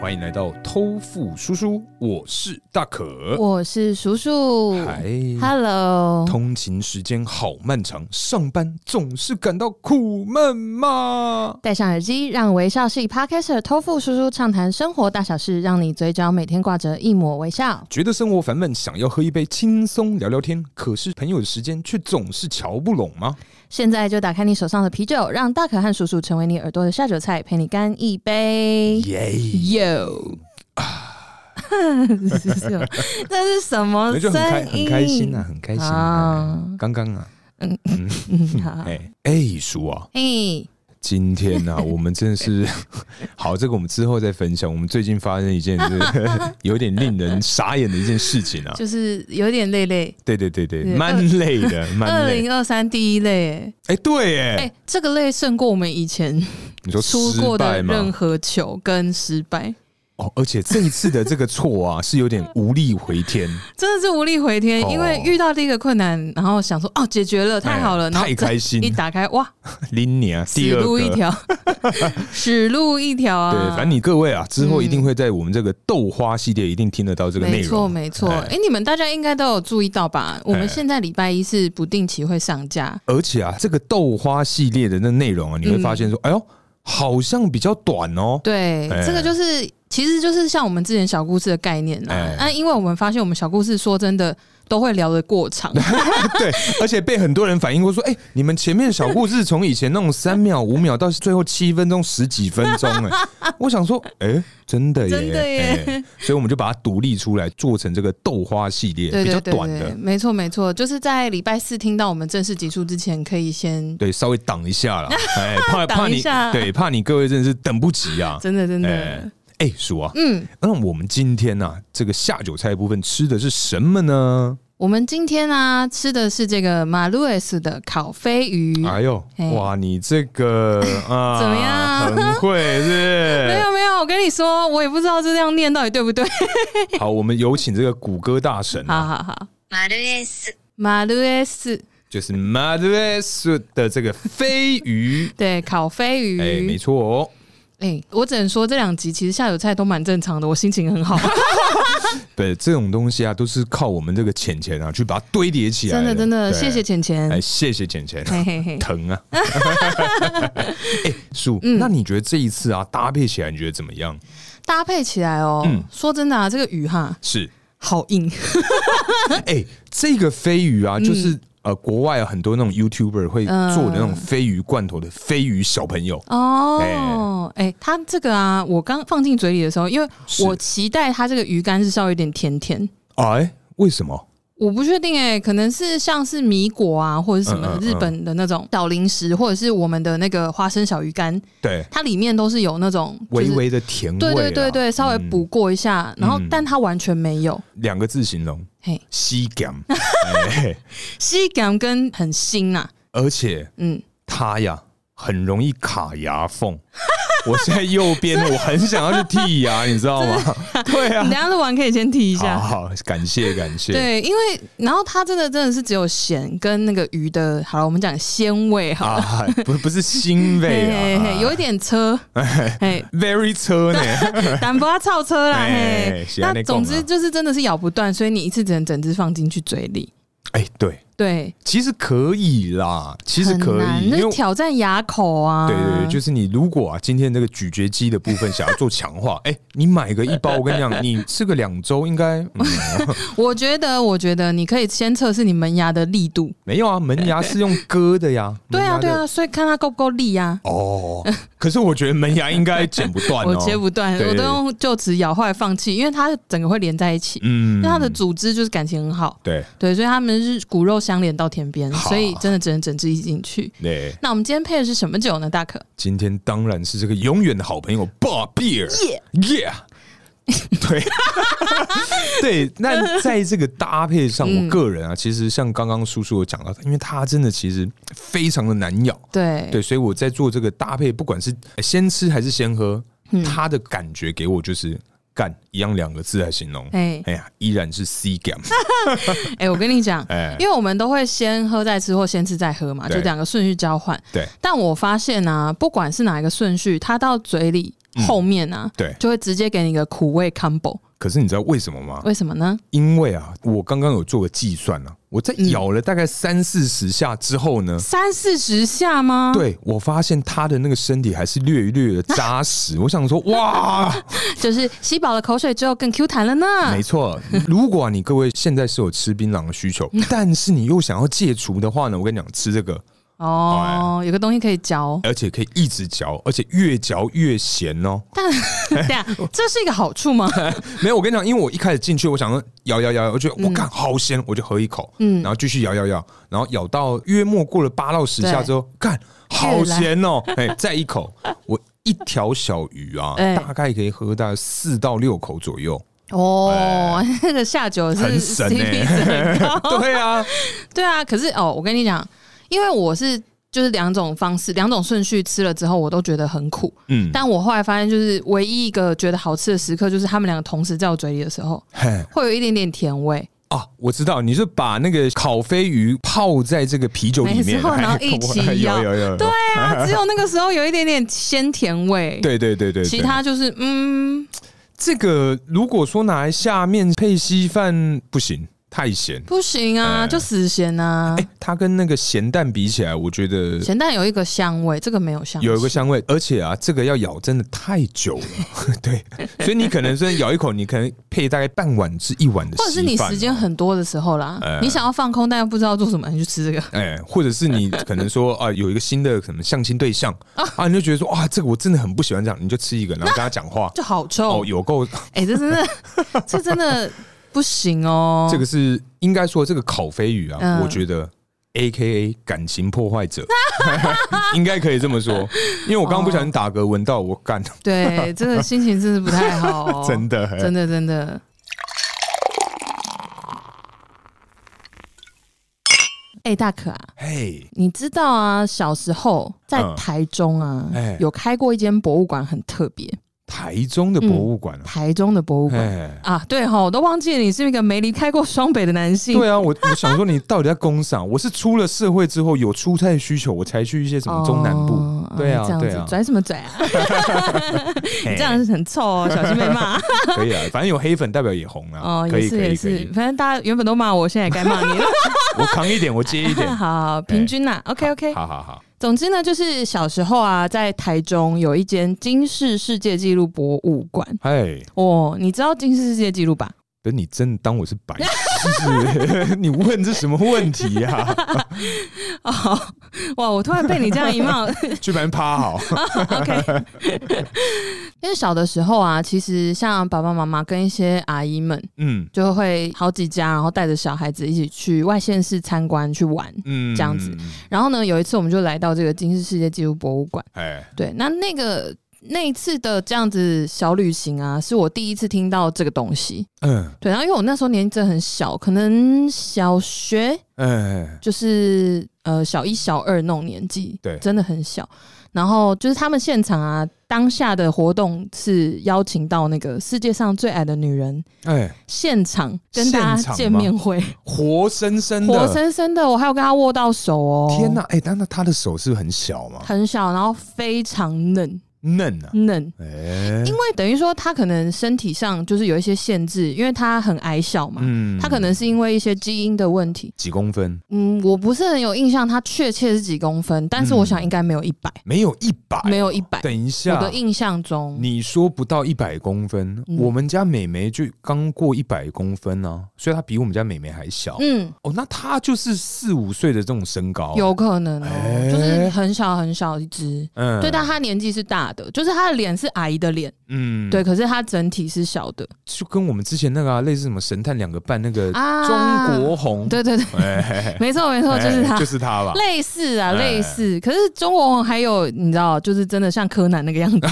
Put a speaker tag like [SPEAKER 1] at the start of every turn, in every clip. [SPEAKER 1] 欢迎来到偷富叔叔，我是大可。
[SPEAKER 2] 我是叔叔。
[SPEAKER 1] 呃嗨
[SPEAKER 2] Hello，
[SPEAKER 1] 通勤时间好漫长，上班总是感到苦闷吗？
[SPEAKER 2] 戴上耳机，让微笑系 Podcaster 托付叔叔畅谈生活大小事，让你嘴角每天挂着一抹微笑。
[SPEAKER 1] 觉得生活烦闷，想要喝一杯轻松聊聊天，可是朋友的时间却总是瞧不拢吗？
[SPEAKER 2] 现在就打开你手上的啤酒，让大可和叔叔成为你耳朵的下酒菜，陪你干一杯。
[SPEAKER 1] 耶、
[SPEAKER 2] Yo，是是哦这是什么
[SPEAKER 1] 那
[SPEAKER 2] 声
[SPEAKER 1] 就
[SPEAKER 2] 音？
[SPEAKER 1] 很开很开心啊，很开心啊
[SPEAKER 2] 啊！
[SPEAKER 1] 刚刚啊，
[SPEAKER 2] 嗯，好。哎、
[SPEAKER 1] 哎哎叔啊，今天呢、啊，我们真的是 好，这个我们之后再分享。我们最近发生一件是 有点令人傻眼的一件事情啊，
[SPEAKER 2] 就是有点累累。
[SPEAKER 1] 对对对对，
[SPEAKER 2] 对
[SPEAKER 1] 蛮累的，蛮
[SPEAKER 2] 二
[SPEAKER 1] 累。
[SPEAKER 2] 零二三第一类，哎
[SPEAKER 1] 哎，对，哎、
[SPEAKER 2] 哎、这个类胜过我们以前
[SPEAKER 1] 你说
[SPEAKER 2] 出
[SPEAKER 1] 失
[SPEAKER 2] 过的
[SPEAKER 1] 败
[SPEAKER 2] 任
[SPEAKER 1] 吗？
[SPEAKER 2] 何球跟失败，
[SPEAKER 1] 哦，而且这一次的这个错啊，是有点无力回天，
[SPEAKER 2] 真的是无力回天。
[SPEAKER 1] 哦
[SPEAKER 2] 因为遇到第一个困难，然后想说哦解决了， 太好了，
[SPEAKER 1] 哎
[SPEAKER 2] 然后
[SPEAKER 1] 太开心
[SPEAKER 2] 一，打开哇，
[SPEAKER 1] 拎你啊，第
[SPEAKER 2] 死
[SPEAKER 1] 二
[SPEAKER 2] 路一
[SPEAKER 1] 个。
[SPEAKER 2] 条， 死路一条啊！
[SPEAKER 1] 对，反正你各位啊，之后
[SPEAKER 2] 嗯
[SPEAKER 1] 一定会在我们这个豆花系列一定听得到这个内
[SPEAKER 2] 没错
[SPEAKER 1] 容。
[SPEAKER 2] 没错。
[SPEAKER 1] 哎
[SPEAKER 2] 哎、你们大家应该都有注意到吧？我
[SPEAKER 1] 哎
[SPEAKER 2] 们现在礼拜一是不定期会上架，
[SPEAKER 1] 而且啊，这个豆花系列的那内容啊，你会发现
[SPEAKER 2] 嗯
[SPEAKER 1] 说，哎呦，好像比较短哦。
[SPEAKER 2] 对，
[SPEAKER 1] 哎
[SPEAKER 2] 这个就是。其实就是像我们之前小故事的概念啦、
[SPEAKER 1] 哎
[SPEAKER 2] 那、因为我们发现我们小故事说真的都会聊得过长，
[SPEAKER 1] 对，而且被很多人反映过说，哎、你们前面小故事从以前那种三秒、五秒，到最后七分钟、十几分钟， 哎，我想说，哎、真的耶，
[SPEAKER 2] 真的耶
[SPEAKER 1] 哎所以我们就把它独立出来，做成这个豆花系列，
[SPEAKER 2] 对
[SPEAKER 1] 比较
[SPEAKER 2] 对对
[SPEAKER 1] 短
[SPEAKER 2] 对，
[SPEAKER 1] 的，
[SPEAKER 2] 没错没错，就是在礼拜四听到我们正式结束之前，可以先
[SPEAKER 1] 对，稍微挡一下 啦，哎、怕怕
[SPEAKER 2] 挡一
[SPEAKER 1] 你
[SPEAKER 2] 下，
[SPEAKER 1] 对，怕你各位真的是等不及啊，
[SPEAKER 2] 真的真的，
[SPEAKER 1] 哎哎、叔啊，
[SPEAKER 2] 嗯，
[SPEAKER 1] 那我们今天呢、这个下酒菜的部分吃的是什么呢？
[SPEAKER 2] 我们今天啊吃的是这个马路 S 的烤飞鱼，
[SPEAKER 1] 哎呦，
[SPEAKER 2] 哎
[SPEAKER 1] 哇，你这个啊，
[SPEAKER 2] 怎么样
[SPEAKER 1] 很会是不是？
[SPEAKER 2] 没有没有，我跟你说，我也不知道这样念到底对不 对，
[SPEAKER 1] 好，我们有请这个谷歌大神
[SPEAKER 2] 好
[SPEAKER 1] 啊，
[SPEAKER 2] 好好，
[SPEAKER 3] 丸 S
[SPEAKER 2] 马路 S。
[SPEAKER 1] 就是 Madres 的这个飞鱼
[SPEAKER 2] 对烤飞鱼，
[SPEAKER 1] 哎、没错哦。
[SPEAKER 2] 哎、我只能说这两集其实下酒菜都蛮正常的，我心情很好，
[SPEAKER 1] 哎对，这种东西啊，都是靠我们这个钱钱啊，去把它堆叠起来。
[SPEAKER 2] 真的真的，
[SPEAKER 1] 对
[SPEAKER 2] 谢谢。浅浅，
[SPEAKER 1] 哎，谢谢钱钱，
[SPEAKER 2] 嘿嘿嘿。
[SPEAKER 1] 疼 啊！ 哎、叔，
[SPEAKER 2] 嗯
[SPEAKER 1] 那你觉得这一次啊，搭配起来你觉得怎么样？
[SPEAKER 2] 搭配起来哦，
[SPEAKER 1] 嗯
[SPEAKER 2] 说真的啊，这个鱼哈
[SPEAKER 1] 是，
[SPEAKER 2] 好硬，嗯
[SPEAKER 1] 哎、这个飞鱼啊，就是、呃，国外有很多那种 YouTuber 会
[SPEAKER 2] 嗯
[SPEAKER 1] 做的那种飞鱼罐头的飞鱼小朋友，
[SPEAKER 2] 哦，哎、它这个啊，我刚放进嘴里的时候，因为
[SPEAKER 1] 是
[SPEAKER 2] 我期待它这个鱼干是稍微有点甜甜，
[SPEAKER 1] 哎、为什么？
[SPEAKER 2] 我不确定哎、可能是像是米果啊，或者是什
[SPEAKER 1] 嗯
[SPEAKER 2] 么
[SPEAKER 1] 嗯嗯
[SPEAKER 2] 日本的那种小零食，或者是我们的那个花生小鱼干，
[SPEAKER 1] 对，
[SPEAKER 2] 它里面都是有那种、就是、
[SPEAKER 1] 微微的甜味啦，啊
[SPEAKER 2] 对对对对，稍微补过一下，然后
[SPEAKER 1] 嗯
[SPEAKER 2] 但它完全没有，
[SPEAKER 1] 两个字形容，
[SPEAKER 2] 嘿，
[SPEAKER 1] 吸感， 哎
[SPEAKER 2] 吸感跟很腥啊，
[SPEAKER 1] 而且
[SPEAKER 2] 嗯，
[SPEAKER 1] 它呀很容易卡牙 缝。我现在右边，我很想要去剔牙，你知道 吗？对啊
[SPEAKER 2] 你等一，下录完可以先提一 下。
[SPEAKER 1] 好好感谢感谢。
[SPEAKER 2] 对，因为然后它真的真的是只有咸跟那个鱼的，好了，我们讲鲜味好了
[SPEAKER 1] 啊，不不是腥味
[SPEAKER 2] 嘿嘿
[SPEAKER 1] 啊
[SPEAKER 2] 嘿，有一 点车，嘿，
[SPEAKER 1] ，very 车呢，
[SPEAKER 2] 但不要超 车啦，
[SPEAKER 1] 哎
[SPEAKER 2] 嘿
[SPEAKER 1] 是。这样
[SPEAKER 2] 那总
[SPEAKER 1] 讲
[SPEAKER 2] 之
[SPEAKER 1] 啊
[SPEAKER 2] 就是真的是咬不断，所以你一次只能整只放进去嘴里。
[SPEAKER 1] 哎，对，
[SPEAKER 2] 对，
[SPEAKER 1] 其实可以啦，其实
[SPEAKER 2] 很
[SPEAKER 1] 可
[SPEAKER 2] 难
[SPEAKER 1] 以，因
[SPEAKER 2] 那
[SPEAKER 1] 为
[SPEAKER 2] 是挑战牙口啊。
[SPEAKER 1] 对对对，就是你如果啊，今天这个咀嚼肌的部分想要做强化， 哎，你买个一包，我跟你 讲，你吃个两周应该嗯
[SPEAKER 2] 我觉得，我觉得你可以先测试你门牙的力度。
[SPEAKER 1] 没有啊，门牙是用割的呀。
[SPEAKER 2] 对
[SPEAKER 1] 门
[SPEAKER 2] 啊，
[SPEAKER 1] 牙的
[SPEAKER 2] 对。啊，所以看它够不够力啊。
[SPEAKER 1] 哦，可是我觉得门牙应该剪不断哦。
[SPEAKER 2] 我切不断，
[SPEAKER 1] 对
[SPEAKER 2] 我都用臼齿咬，后来放弃，因为它整个会连在一起。
[SPEAKER 1] 嗯
[SPEAKER 2] 因为它的组织就是感情很好，
[SPEAKER 1] 对
[SPEAKER 2] 对，所以它们是骨肉相连到天边，
[SPEAKER 1] 好
[SPEAKER 2] 所以真的只能整只一起进去。
[SPEAKER 1] 对，
[SPEAKER 2] 那我们今天配的是什么酒呢？大可，
[SPEAKER 1] 今天当然是这个永远的好朋友 Bob Beer。Yeah，对 对，那在这个搭配上，
[SPEAKER 2] 嗯
[SPEAKER 1] 我个人啊，其实像刚刚叔叔有讲到，因为它真的其实非常的难咬。
[SPEAKER 2] 对
[SPEAKER 1] 对，所以我在做这个搭配，不管是呃先吃还是先喝，
[SPEAKER 2] 嗯
[SPEAKER 1] 它的感觉给我就是干一样两个字来形容。
[SPEAKER 2] 哎
[SPEAKER 1] 哎呀，依然是 C gam。
[SPEAKER 2] 哎、我跟你讲，
[SPEAKER 1] 哎
[SPEAKER 2] 因为我们都会先喝再吃，或先吃再喝嘛，
[SPEAKER 1] 对
[SPEAKER 2] 就两个顺序交换。
[SPEAKER 1] 对，
[SPEAKER 2] 但我发现啊，不管是哪一个顺序，它到嘴里后面啊，
[SPEAKER 1] 嗯对
[SPEAKER 2] 就会直接给你一个苦味 combo。
[SPEAKER 1] 可是你知道为什么吗？
[SPEAKER 2] 为什么呢？
[SPEAKER 1] 因为啊，我刚刚有做个计算啊，我在
[SPEAKER 2] 嗯
[SPEAKER 1] 咬了大概三四十下之后呢，
[SPEAKER 2] 三四十下吗？，
[SPEAKER 1] 对我发现他的那个身体还是略略的扎 实。我想说，哇，
[SPEAKER 2] 就是吸饱了口水之后更 Q 弹了呢。
[SPEAKER 1] 没错。如果、啊、你各位现在是有吃槟榔的需 求，但是你又想要戒除的话呢，我跟你讲，吃这个，
[SPEAKER 2] 哦，
[SPEAKER 1] 哎
[SPEAKER 2] 有个东西可 以嚼，
[SPEAKER 1] 而且可以一直嚼，而且越嚼越咸哦。
[SPEAKER 2] 对啊，这是一个好 处吗？
[SPEAKER 1] 没有，我跟你讲，因为我一开始进去，我想说咬咬咬，咬我觉得我看好咸，我就喝一口，
[SPEAKER 2] 嗯
[SPEAKER 1] 然后继续咬咬咬，然后咬到约莫过了八到十下之后，看好咸哦，哎，再一口，我一条小鱼 啊，
[SPEAKER 2] 哎
[SPEAKER 1] 大概可以喝到四到六口左右，
[SPEAKER 2] 哦， 那个下酒是
[SPEAKER 1] 很省欸
[SPEAKER 2] CP 值很高
[SPEAKER 1] 哎，对 啊，
[SPEAKER 2] 对啊，可是哦，我跟你讲，因为我是就是两种方式、两种顺序吃了之后，我都觉得很苦。
[SPEAKER 1] 嗯，
[SPEAKER 2] 但我后来发现，就是唯一一个觉得好吃的时刻，就是他们两个同时在我嘴里的 时候，
[SPEAKER 1] 嘿
[SPEAKER 2] 会有一点点甜味，
[SPEAKER 1] 啊，我知道，你是把那个烤飞鱼泡在这个啤酒里面，
[SPEAKER 2] 没错
[SPEAKER 1] 哎
[SPEAKER 2] 然后一起
[SPEAKER 1] 我有
[SPEAKER 2] 咬
[SPEAKER 1] 有有，有
[SPEAKER 2] 对啊，只有那个时候有一点点鲜甜味，
[SPEAKER 1] 对对对对，
[SPEAKER 2] 其
[SPEAKER 1] 对
[SPEAKER 2] 他就是嗯
[SPEAKER 1] 这个如果说拿来下面配稀饭不行，太咸。
[SPEAKER 2] 不行啊，
[SPEAKER 1] 哎
[SPEAKER 2] 就死咸啊
[SPEAKER 1] 哎、。它跟那个咸蛋比起来，我觉得
[SPEAKER 2] 咸蛋有一个香味，这个没有香气，
[SPEAKER 1] 有一个香味，而且啊，这个要咬真的太久了， 对，所以你可能真的咬一口，你可能配大概半碗至一碗的稀饭，啊哦
[SPEAKER 2] 或者是你时间很多的时候啦，
[SPEAKER 1] 哎
[SPEAKER 2] 你想要放空但又不知道做什么，你就吃这个。
[SPEAKER 1] 哎、或者是你可能说啊，有一个新的可能相亲对 象啊，你就觉得说哇，这个我真的很不喜欢这样，你就吃一个，然后跟他讲 话，
[SPEAKER 2] 就好臭
[SPEAKER 1] 哦，，有够，
[SPEAKER 2] 哎、这真的，这真的不行哦。
[SPEAKER 1] 这个是应该说这个烤飞鱼啊，
[SPEAKER 2] 嗯
[SPEAKER 1] 我觉得 A K A 感情破坏者， 应该可以这么说，因为我刚刚不小心打嗝闻到，我干，，
[SPEAKER 2] 对，真的心情真的不太好、哦
[SPEAKER 1] 真的、
[SPEAKER 2] 真的真的。哎、大可啊，
[SPEAKER 1] 嘿，
[SPEAKER 2] 你知道啊，小时候在
[SPEAKER 1] 嗯
[SPEAKER 2] 台中啊，
[SPEAKER 1] 哎
[SPEAKER 2] 有开过一间博物馆，很特别，
[SPEAKER 1] 台中的博物馆啊，
[SPEAKER 2] 台中的博物馆。
[SPEAKER 1] 哎，
[SPEAKER 2] 啊，对哈，我都忘记了你是一个没离开过双北的男性。
[SPEAKER 1] 对啊，我我想说你到底在工厂，我是出了社会之后有出差需求，我才去一些什么中南部，
[SPEAKER 2] 哦
[SPEAKER 1] 对啊
[SPEAKER 2] 这样
[SPEAKER 1] 对啊
[SPEAKER 2] 子拽什么拽啊？
[SPEAKER 1] 嘿
[SPEAKER 2] 你这样很臭哦，小心被骂。
[SPEAKER 1] 可以啊，反正有黑粉代表也红啊，
[SPEAKER 2] 哦，
[SPEAKER 1] 可
[SPEAKER 2] 也
[SPEAKER 1] 以
[SPEAKER 2] 是
[SPEAKER 1] 可
[SPEAKER 2] 也
[SPEAKER 1] 以可
[SPEAKER 2] 是
[SPEAKER 1] 以，，
[SPEAKER 2] 反正大家原本都骂我，现在也该骂你了。
[SPEAKER 1] 我扛一点，我接一 点
[SPEAKER 2] 好，好，平均呐，OK OK。
[SPEAKER 1] 好好好，
[SPEAKER 2] 总之呢，就是小时候啊，在台中有一间金氏世界纪录博物馆。
[SPEAKER 1] 哎。
[SPEAKER 2] 哦，你知道金氏世界纪录吧？
[SPEAKER 1] 等你真的当我是白痴， 你问这什么问题呀、
[SPEAKER 2] 哦，哇！我突然被你这样一 骂
[SPEAKER 1] 去旁边趴好。
[SPEAKER 2] ，OK。因为小的时候啊，其实像爸爸妈妈跟一些阿姨们，
[SPEAKER 1] 嗯
[SPEAKER 2] 就会好几家，然后带着小孩子一起去外县市参观去玩。
[SPEAKER 1] 嗯
[SPEAKER 2] 这样子。然后呢，有一次我们就来到这个金氏世界纪录博物馆。
[SPEAKER 1] 哎，
[SPEAKER 2] 对，那那个那一次的这样子小旅行啊，是我第一次听到这个东西。
[SPEAKER 1] 嗯
[SPEAKER 2] 对，然后因为我那时候年纪真的很小，可能小学
[SPEAKER 1] 哎，
[SPEAKER 2] 就是呃小一、小二那种年纪，
[SPEAKER 1] 对
[SPEAKER 2] 真的很小。然后就是他们现场啊，当下的活动是邀请到那个世界上最矮的女人
[SPEAKER 1] 哎，
[SPEAKER 2] 现场跟大
[SPEAKER 1] 现
[SPEAKER 2] 家
[SPEAKER 1] 场
[SPEAKER 2] 见
[SPEAKER 1] 吗
[SPEAKER 2] 面会，
[SPEAKER 1] 活生生的，
[SPEAKER 2] 活生生的，我还有跟她握到手哦。
[SPEAKER 1] 天哪、！哎，但那他的手是不是很小嘛，
[SPEAKER 2] 很小，然后非常嫩
[SPEAKER 1] 嫩啊，
[SPEAKER 2] 嫩，
[SPEAKER 1] 哎，
[SPEAKER 2] 嗯因为等于说他可能身体上就是有一些限制，因为他很矮小嘛，
[SPEAKER 1] 嗯
[SPEAKER 2] 他可能是因为一些基因的问题。
[SPEAKER 1] 几公分，
[SPEAKER 2] 嗯，我不是很有印象，他确切是几公分，但是我想应该没有一百、
[SPEAKER 1] 没有一百，
[SPEAKER 2] 没有一百。
[SPEAKER 1] 嗯哎等一
[SPEAKER 2] 我
[SPEAKER 1] 下，
[SPEAKER 2] 的印象中，
[SPEAKER 1] 你说不到一百公分，
[SPEAKER 2] 嗯
[SPEAKER 1] 我们家美眉就刚过一百公分啊，所以她比我们家美眉还小。
[SPEAKER 2] 嗯，
[SPEAKER 1] 哦，那她就是四五岁的这种身高，
[SPEAKER 2] 有可能哦、
[SPEAKER 1] 哎
[SPEAKER 2] 就是很小很小一只。
[SPEAKER 1] 嗯
[SPEAKER 2] 对，但他年纪是大的，就是他的脸是阿姨的脸，
[SPEAKER 1] 嗯
[SPEAKER 2] 对，，可是他整体是小的
[SPEAKER 1] 就跟我们之前那个、啊、类似什么神探两个半那个
[SPEAKER 2] 啊。
[SPEAKER 1] 呃中国红，
[SPEAKER 2] 对对对，
[SPEAKER 1] 哎，
[SPEAKER 2] 没错没错，就是他
[SPEAKER 1] 哎，就是他吧？
[SPEAKER 2] 类似啊，
[SPEAKER 1] 哎
[SPEAKER 2] 类似。可是中国红还有你知道，就是真的像柯南那个样 子，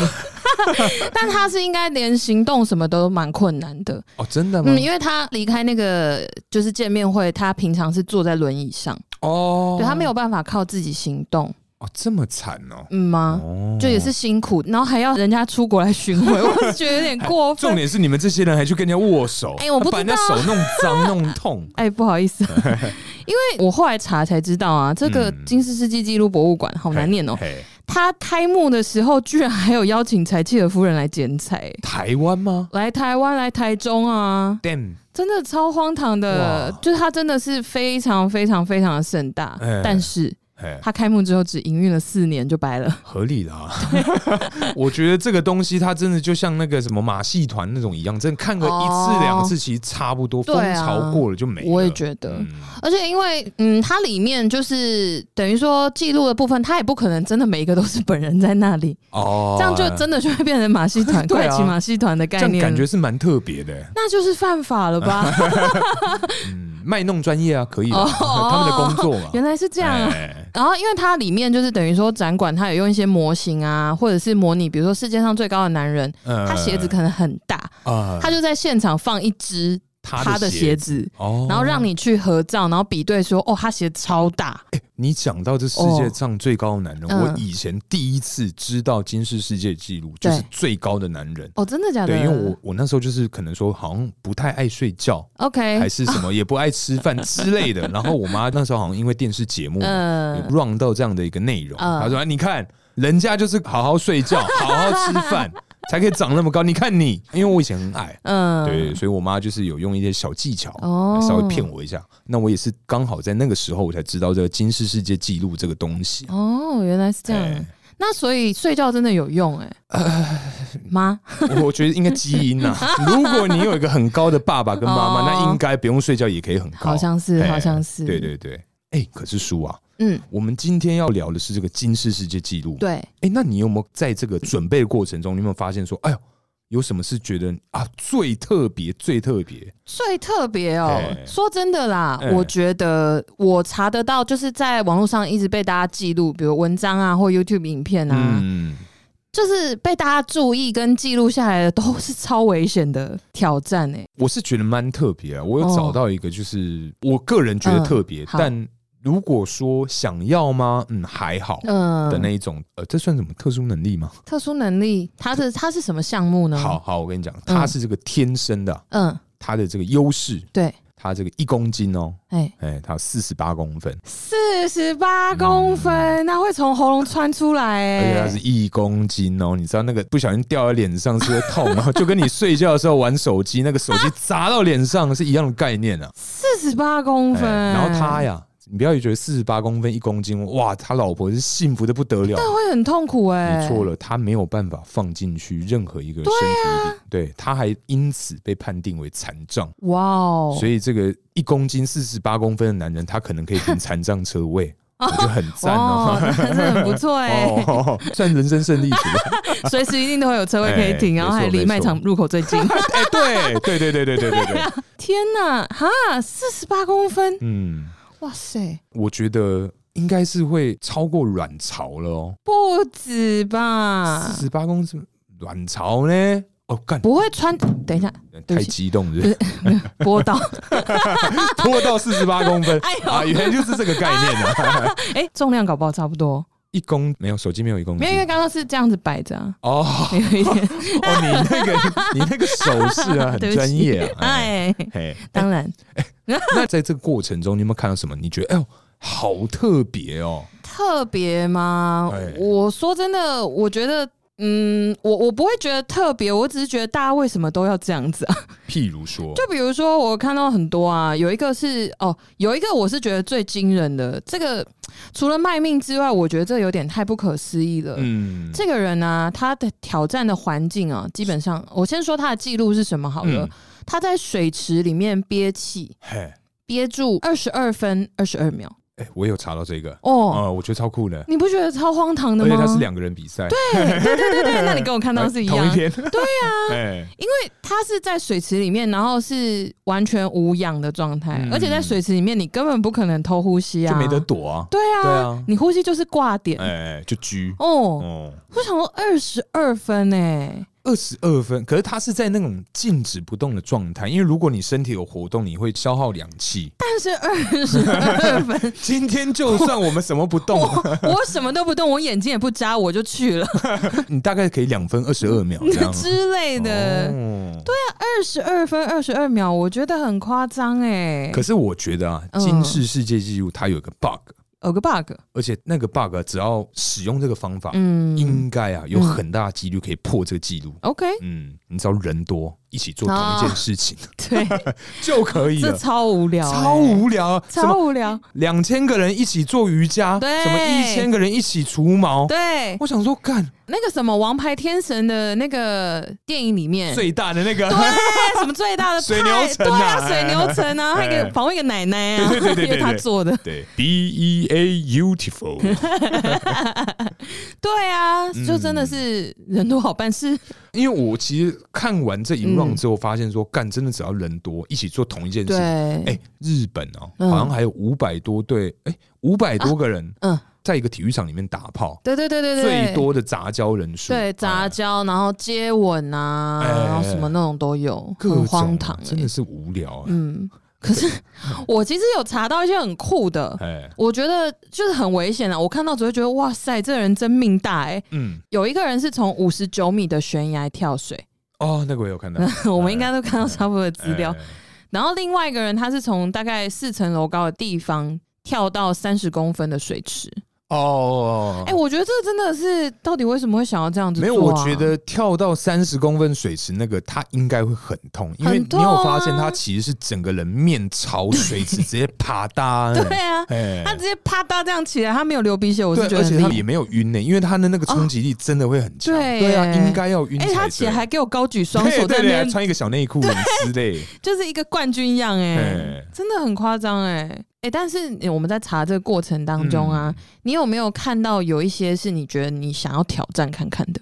[SPEAKER 2] 但他是应该连行动什么都蛮困难的。
[SPEAKER 1] 哦，真的吗
[SPEAKER 2] 嗯，？因为他离开那个就是见面会，他平常是坐在轮椅上，
[SPEAKER 1] 哦，
[SPEAKER 2] 对他没有办法靠自己行动，
[SPEAKER 1] 哦，这么惨哦。
[SPEAKER 2] 嗯吗？
[SPEAKER 1] 哦，
[SPEAKER 2] 就也是辛苦，然后还要人家出国来巡 回，我是觉得有点过分
[SPEAKER 1] 重。点是你们这些人还去跟人家握手，
[SPEAKER 2] 哎我不
[SPEAKER 1] 还把人家手弄脏弄痛。
[SPEAKER 2] 哎、不好 意思，因为我后来查才知道啊，这个
[SPEAKER 1] 嗯
[SPEAKER 2] 金氏世纪纪录博物馆好
[SPEAKER 1] 好
[SPEAKER 2] 难念哦、
[SPEAKER 1] 嘿，
[SPEAKER 2] 他开幕的时候居然还有邀请柴契尔夫人来剪彩，
[SPEAKER 1] 台湾吗
[SPEAKER 2] 来台湾、来台中啊，
[SPEAKER 1] ？Damn，
[SPEAKER 2] 真的超荒唐的
[SPEAKER 1] 哇，
[SPEAKER 2] 就是他真的是非常非常非常的盛大，
[SPEAKER 1] 哎
[SPEAKER 2] 但是
[SPEAKER 1] 哎，
[SPEAKER 2] 他开幕之后只营运了四年就白了。
[SPEAKER 1] 合理 啦。我觉得这个东西它真的就像那个什么马戏团那种一样，真的看个一
[SPEAKER 2] 哦
[SPEAKER 1] 次两次其实差不多，
[SPEAKER 2] 对
[SPEAKER 1] 风
[SPEAKER 2] 啊
[SPEAKER 1] 潮过了就没了。
[SPEAKER 2] 我也觉得，
[SPEAKER 1] 嗯
[SPEAKER 2] 而且因为嗯，它里面就是等于说记录的部分，它也不可能真的每一个都是本人在那里，
[SPEAKER 1] 哦，
[SPEAKER 2] 这样就真的就会变成马戏 团、
[SPEAKER 1] 对
[SPEAKER 2] 怪
[SPEAKER 1] 啊
[SPEAKER 2] 奇马戏团的
[SPEAKER 1] 这
[SPEAKER 2] 概
[SPEAKER 1] 样
[SPEAKER 2] 念，
[SPEAKER 1] 感觉是蛮特别的。
[SPEAKER 2] 那就是犯法 了吧？
[SPEAKER 1] 嗯，卖弄专业啊，可以的，
[SPEAKER 2] 哦
[SPEAKER 1] 他们的工作嘛。
[SPEAKER 2] 原来是这样啊。
[SPEAKER 1] 哎
[SPEAKER 2] 然后，因为它里面就是等于说展馆，它有用一些模型啊，或者是模拟，比如说世界上最高的男人，
[SPEAKER 1] 呃
[SPEAKER 2] 他鞋子可能很大，
[SPEAKER 1] 啊
[SPEAKER 2] 他就在现场放一只他的鞋
[SPEAKER 1] 子
[SPEAKER 2] 子，
[SPEAKER 1] 哦
[SPEAKER 2] 然后让你去合照，然后比对说，哦，他鞋子超大，
[SPEAKER 1] 你讲到这世界上最高的男人，
[SPEAKER 2] 哦
[SPEAKER 1] 我以前第一次知道金氏世界纪录就是最高的男人。
[SPEAKER 2] 哦，真的假的？
[SPEAKER 1] 对，因为我我那时候就是可能说好像不太爱睡觉，还
[SPEAKER 2] OK，
[SPEAKER 1] 是什么也不爱吃饭之类 的。然后我妈那时候好像因为电视节目
[SPEAKER 2] 嗯、
[SPEAKER 1] 有 run 到这样的一个内容，
[SPEAKER 2] 嗯
[SPEAKER 1] 她说：“哎你看人家就是好好睡 觉，好好吃饭，才可以长那么高。你看你，因为我以前很矮，
[SPEAKER 2] 嗯，
[SPEAKER 1] 对，所以我妈就是有用一些小技巧，
[SPEAKER 2] 哦
[SPEAKER 1] 稍微骗我一下。那我也是刚好在那个时候，我才知道这个金氏世界纪录这个东西。
[SPEAKER 2] 哦，原来是这样。
[SPEAKER 1] 哎呃
[SPEAKER 2] 那所以睡觉真的有用哎、妈，
[SPEAKER 1] 哎我觉得应该基因 呐、如果你有一个很高的爸爸跟妈妈，
[SPEAKER 2] 哦
[SPEAKER 1] 那应该不用睡觉也可以很高。
[SPEAKER 2] 好像是，
[SPEAKER 1] 哎
[SPEAKER 2] 好像是，
[SPEAKER 1] 对，对对。哎、可是叔啊，
[SPEAKER 2] 嗯，
[SPEAKER 1] 我们今天要聊的是这个金氏世界纪录。
[SPEAKER 2] 对，
[SPEAKER 1] 哎、那你有没有在这个准备的过程中，你有没有发现说，哎呦，有什么是觉得啊最特别、最特别？
[SPEAKER 2] 最特别哦、
[SPEAKER 1] 哎
[SPEAKER 2] 说真的啦，
[SPEAKER 1] 哎
[SPEAKER 2] 我觉得我查得到，就是在网络上一直被大家记录，比如文章啊或 YouTube 影片啊，
[SPEAKER 1] 嗯，
[SPEAKER 2] 就是被大家注意跟记录下来的，都是超危险的挑战哎、
[SPEAKER 1] 我是觉得蛮特别啊，我有
[SPEAKER 2] 哦
[SPEAKER 1] 找到一个，就是、我个人觉得特别，
[SPEAKER 2] 嗯好
[SPEAKER 1] 但如果说想要吗？嗯，还好
[SPEAKER 2] 嗯、
[SPEAKER 1] 的那一种，呃，这算什么特殊能力吗？
[SPEAKER 2] 特殊能力，它的它是什么项目呢？
[SPEAKER 1] 好，好，我跟你讲，它是这个天生的啊，
[SPEAKER 2] 嗯，
[SPEAKER 1] 它的这个优势，
[SPEAKER 2] 对，
[SPEAKER 1] 它这个一公斤哦，
[SPEAKER 2] 哎，
[SPEAKER 1] 哎，它有四十八公分，
[SPEAKER 2] 四十八公分，那会从喉咙穿出来
[SPEAKER 1] 而且
[SPEAKER 2] 嗯哎、
[SPEAKER 1] 它是一公斤哦，你知道那个不小心掉在脸上是会痛啊，就跟你睡觉的时候玩手机，那个手机砸到脸上是一样的概念啊。
[SPEAKER 2] 四十八公
[SPEAKER 1] 哎
[SPEAKER 2] 分、
[SPEAKER 1] 然后他呀，你不要觉得四十八公分一公斤，哇，他老婆是幸福的不得了。啊
[SPEAKER 2] 那会很痛苦哎、
[SPEAKER 1] 你错了，他没有办法放进去任何一个身体
[SPEAKER 2] 啊
[SPEAKER 1] 里，对,、他还因此被判定为残障。
[SPEAKER 2] 哇哦，
[SPEAKER 1] 所以这个一公斤四十八公分的男人，他可能可以停残障车 位，我觉得很赞
[SPEAKER 2] 哦，
[SPEAKER 1] 哦。
[SPEAKER 2] 真的很不错 哎、
[SPEAKER 1] 哦，算人生胜利 组。
[SPEAKER 2] 随、时一定都会有车位可以停，
[SPEAKER 1] 哎
[SPEAKER 2] 然后还
[SPEAKER 1] 没错
[SPEAKER 2] 离卖场
[SPEAKER 1] 没
[SPEAKER 2] 入口最近。
[SPEAKER 1] 哎、对对对 对对对对对，
[SPEAKER 2] 天哪，哈，四十八公分，
[SPEAKER 1] 嗯，
[SPEAKER 2] 哇塞，
[SPEAKER 1] 我觉得应该是会超过卵巢了哦，
[SPEAKER 2] 不止吧？
[SPEAKER 1] 四十八公分卵巢呢？哦，干，
[SPEAKER 2] 不会穿，等一下，对
[SPEAKER 1] 嗯太
[SPEAKER 2] 不起
[SPEAKER 1] 激动了是
[SPEAKER 2] 播到，
[SPEAKER 1] 不是，拖到四十八公分，
[SPEAKER 2] 哎呦
[SPEAKER 1] 啊，原来就是这个概念 啊！
[SPEAKER 2] 哎、重量搞不好差不多，
[SPEAKER 1] 一公没有手机没有一公
[SPEAKER 2] 没有，因为
[SPEAKER 1] 斤
[SPEAKER 2] 刚刚是这样子摆 着、啊，
[SPEAKER 1] 哦
[SPEAKER 2] 有一点，
[SPEAKER 1] 哦，你 那个你那个手势啊，很
[SPEAKER 2] 对不
[SPEAKER 1] 专
[SPEAKER 2] 起
[SPEAKER 1] 业，啊！哎
[SPEAKER 2] 哎，
[SPEAKER 1] 嘿，
[SPEAKER 2] 当然。
[SPEAKER 1] 那在这个过程中，你有没有看到什么？你觉得哎呦，好特别哦！
[SPEAKER 2] 特别吗
[SPEAKER 1] 哎？
[SPEAKER 2] 我说真的，我觉得，嗯，我我不会觉得特别，我只是觉得大家为什么都要这样子啊？
[SPEAKER 1] 譬如说，
[SPEAKER 2] 就比如说，我看到很多啊，有一个是哦，有一个我是觉得最惊人的，这个除了卖命之外，我觉得这有点太不可思议了。
[SPEAKER 1] 嗯，
[SPEAKER 2] 这个人呢、他的挑战的环境啊，基本上我先说他的记录是什么好了。
[SPEAKER 1] 嗯
[SPEAKER 2] 他在水池里面憋气，
[SPEAKER 1] 嘿，
[SPEAKER 2] 憋住二十二分二十二秒。
[SPEAKER 1] 哎，我有查到这个，
[SPEAKER 2] 哦，
[SPEAKER 1] 哦，我觉得超酷的，
[SPEAKER 2] 你不觉得超荒唐的
[SPEAKER 1] 而
[SPEAKER 2] 吗？
[SPEAKER 1] 且它是两个人比赛，对，
[SPEAKER 2] 对对对对，那你跟我看到是一样。
[SPEAKER 1] 哎同一 天，对啊， 哎，
[SPEAKER 2] 它是在水池里面，然后是完全无氧的状态，
[SPEAKER 1] 嗯
[SPEAKER 2] 而且在水池里面你根本不可能偷呼吸啊，
[SPEAKER 1] 就没得躲啊，
[SPEAKER 2] 对啊，
[SPEAKER 1] 对啊
[SPEAKER 2] 你呼吸就是挂点。
[SPEAKER 1] 哎，就狙，
[SPEAKER 2] 哦，
[SPEAKER 1] 哦，
[SPEAKER 2] 我想说二十二分哎、
[SPEAKER 1] 二十二分，可是他是在那种静止不动的状态，因为如果你身体有活动，你会消耗氧 气。
[SPEAKER 2] 但是二十二分，
[SPEAKER 1] 今天就算我们什么不 动，
[SPEAKER 2] 我什么都不动，我眼睛也不眨，我就去了
[SPEAKER 1] 你大概可以两分二十二秒哦这样。啊哦
[SPEAKER 2] 之类的。
[SPEAKER 1] 对、
[SPEAKER 2] 二十二分二十二秒，我觉得很夸张哎。
[SPEAKER 1] 可是我觉得啊，
[SPEAKER 2] 嗯
[SPEAKER 1] 金氏世界纪录它有一个 bug，、
[SPEAKER 2] 有个 bug，
[SPEAKER 1] 而且那个 bug 啊只要使用这个方法，
[SPEAKER 2] 嗯
[SPEAKER 1] 应该啊有很大的几率可以破这个记录。
[SPEAKER 2] ，OK，
[SPEAKER 1] 嗯，你只要人多一起做同一件事情、
[SPEAKER 2] 对，
[SPEAKER 1] 就可以
[SPEAKER 2] 啊这
[SPEAKER 1] 了，
[SPEAKER 2] 超无聊、
[SPEAKER 1] 哎超
[SPEAKER 2] 欸
[SPEAKER 1] 无聊啊，什
[SPEAKER 2] 超
[SPEAKER 1] 么
[SPEAKER 2] 无聊，
[SPEAKER 1] 两千个人一起做瑜伽，
[SPEAKER 2] 对
[SPEAKER 1] 什么一千个人一起除毛。
[SPEAKER 2] 对，
[SPEAKER 1] 我想说，干
[SPEAKER 2] 那个什么《王牌天神》的那个电影里面，
[SPEAKER 1] 最大的那个，
[SPEAKER 2] 嗯对，啊什么最大的
[SPEAKER 1] 水
[SPEAKER 2] 派
[SPEAKER 1] 牛城啊
[SPEAKER 2] 对啊，水牛城啊，还
[SPEAKER 1] 哎
[SPEAKER 2] 给访问一个奶奶啊，
[SPEAKER 1] 对对对对对对
[SPEAKER 2] 因为他做的，
[SPEAKER 1] 对，B E A beautiful，
[SPEAKER 2] 对啊，就真的是
[SPEAKER 1] 嗯
[SPEAKER 2] 人多好办事，
[SPEAKER 1] 因为我其实看完这一
[SPEAKER 2] 嗯
[SPEAKER 1] round 之后，发现说，干真的只要人多一起做同一件事
[SPEAKER 2] 对，，
[SPEAKER 1] 哎、日本哦、
[SPEAKER 2] 嗯
[SPEAKER 1] 好像还有五百多队，哎、五百多个人
[SPEAKER 2] 嗯，
[SPEAKER 1] 在一个体育场里面打炮，
[SPEAKER 2] 对对对对对，
[SPEAKER 1] 最多的杂交人数，
[SPEAKER 2] 对杂
[SPEAKER 1] 哎
[SPEAKER 2] 交，然后接吻啊，
[SPEAKER 1] 哎
[SPEAKER 2] 然后什么那种都有，
[SPEAKER 1] 各种
[SPEAKER 2] 很
[SPEAKER 1] 啊
[SPEAKER 2] 荒唐、欸，
[SPEAKER 1] 真的是嗯无聊、啊。
[SPEAKER 2] 嗯，可是我其实有查到一些很酷的，
[SPEAKER 1] 哎，
[SPEAKER 2] 我觉得就是很危险啊！我看到只会觉得哇塞，这人真命大哎、
[SPEAKER 1] 嗯，
[SPEAKER 2] 有一个人是从五十九米的悬崖跳水，
[SPEAKER 1] 哦，那个我有看到
[SPEAKER 2] 我们应该都看到差不多的资料。
[SPEAKER 1] 哎
[SPEAKER 2] 然后另外一个人他是从大概四层楼高的地方跳到三十公分的水池。
[SPEAKER 1] 哦
[SPEAKER 2] 哎、，我觉得这真的是到底为什么会想要这样子、做
[SPEAKER 1] 没有，我
[SPEAKER 2] 啊
[SPEAKER 1] 觉得跳到三十公分水池那个，他应该会很痛，因为
[SPEAKER 2] 很
[SPEAKER 1] 你
[SPEAKER 2] 痛啊
[SPEAKER 1] 有发现他其实是整个人面朝水 池直接啪嗒，
[SPEAKER 2] 对啊，
[SPEAKER 1] 哎，
[SPEAKER 2] 他直接啪嗒这样起来，他没有流鼻血，我
[SPEAKER 1] 对
[SPEAKER 2] 是，觉
[SPEAKER 1] 而
[SPEAKER 2] 得
[SPEAKER 1] 且
[SPEAKER 2] 很
[SPEAKER 1] 他
[SPEAKER 2] 厉
[SPEAKER 1] 也
[SPEAKER 2] 害。
[SPEAKER 1] 没有晕呢，因为他的那个冲击力真的会很强，
[SPEAKER 2] 哦对
[SPEAKER 1] 对啊，应该要晕才
[SPEAKER 2] 哎、
[SPEAKER 1] 对。
[SPEAKER 2] 他起来还给我高举双手
[SPEAKER 1] 对
[SPEAKER 2] 在
[SPEAKER 1] 对
[SPEAKER 2] 那
[SPEAKER 1] 对还
[SPEAKER 2] 边
[SPEAKER 1] 穿一个小内 裤之类，
[SPEAKER 2] 就是一个冠军样哎、
[SPEAKER 1] 哎
[SPEAKER 2] 真的很夸张哎哎，但是我们在查这个过程当中啊，
[SPEAKER 1] 嗯
[SPEAKER 2] 你有没有看到有一些是你觉得你想要挑战看看的？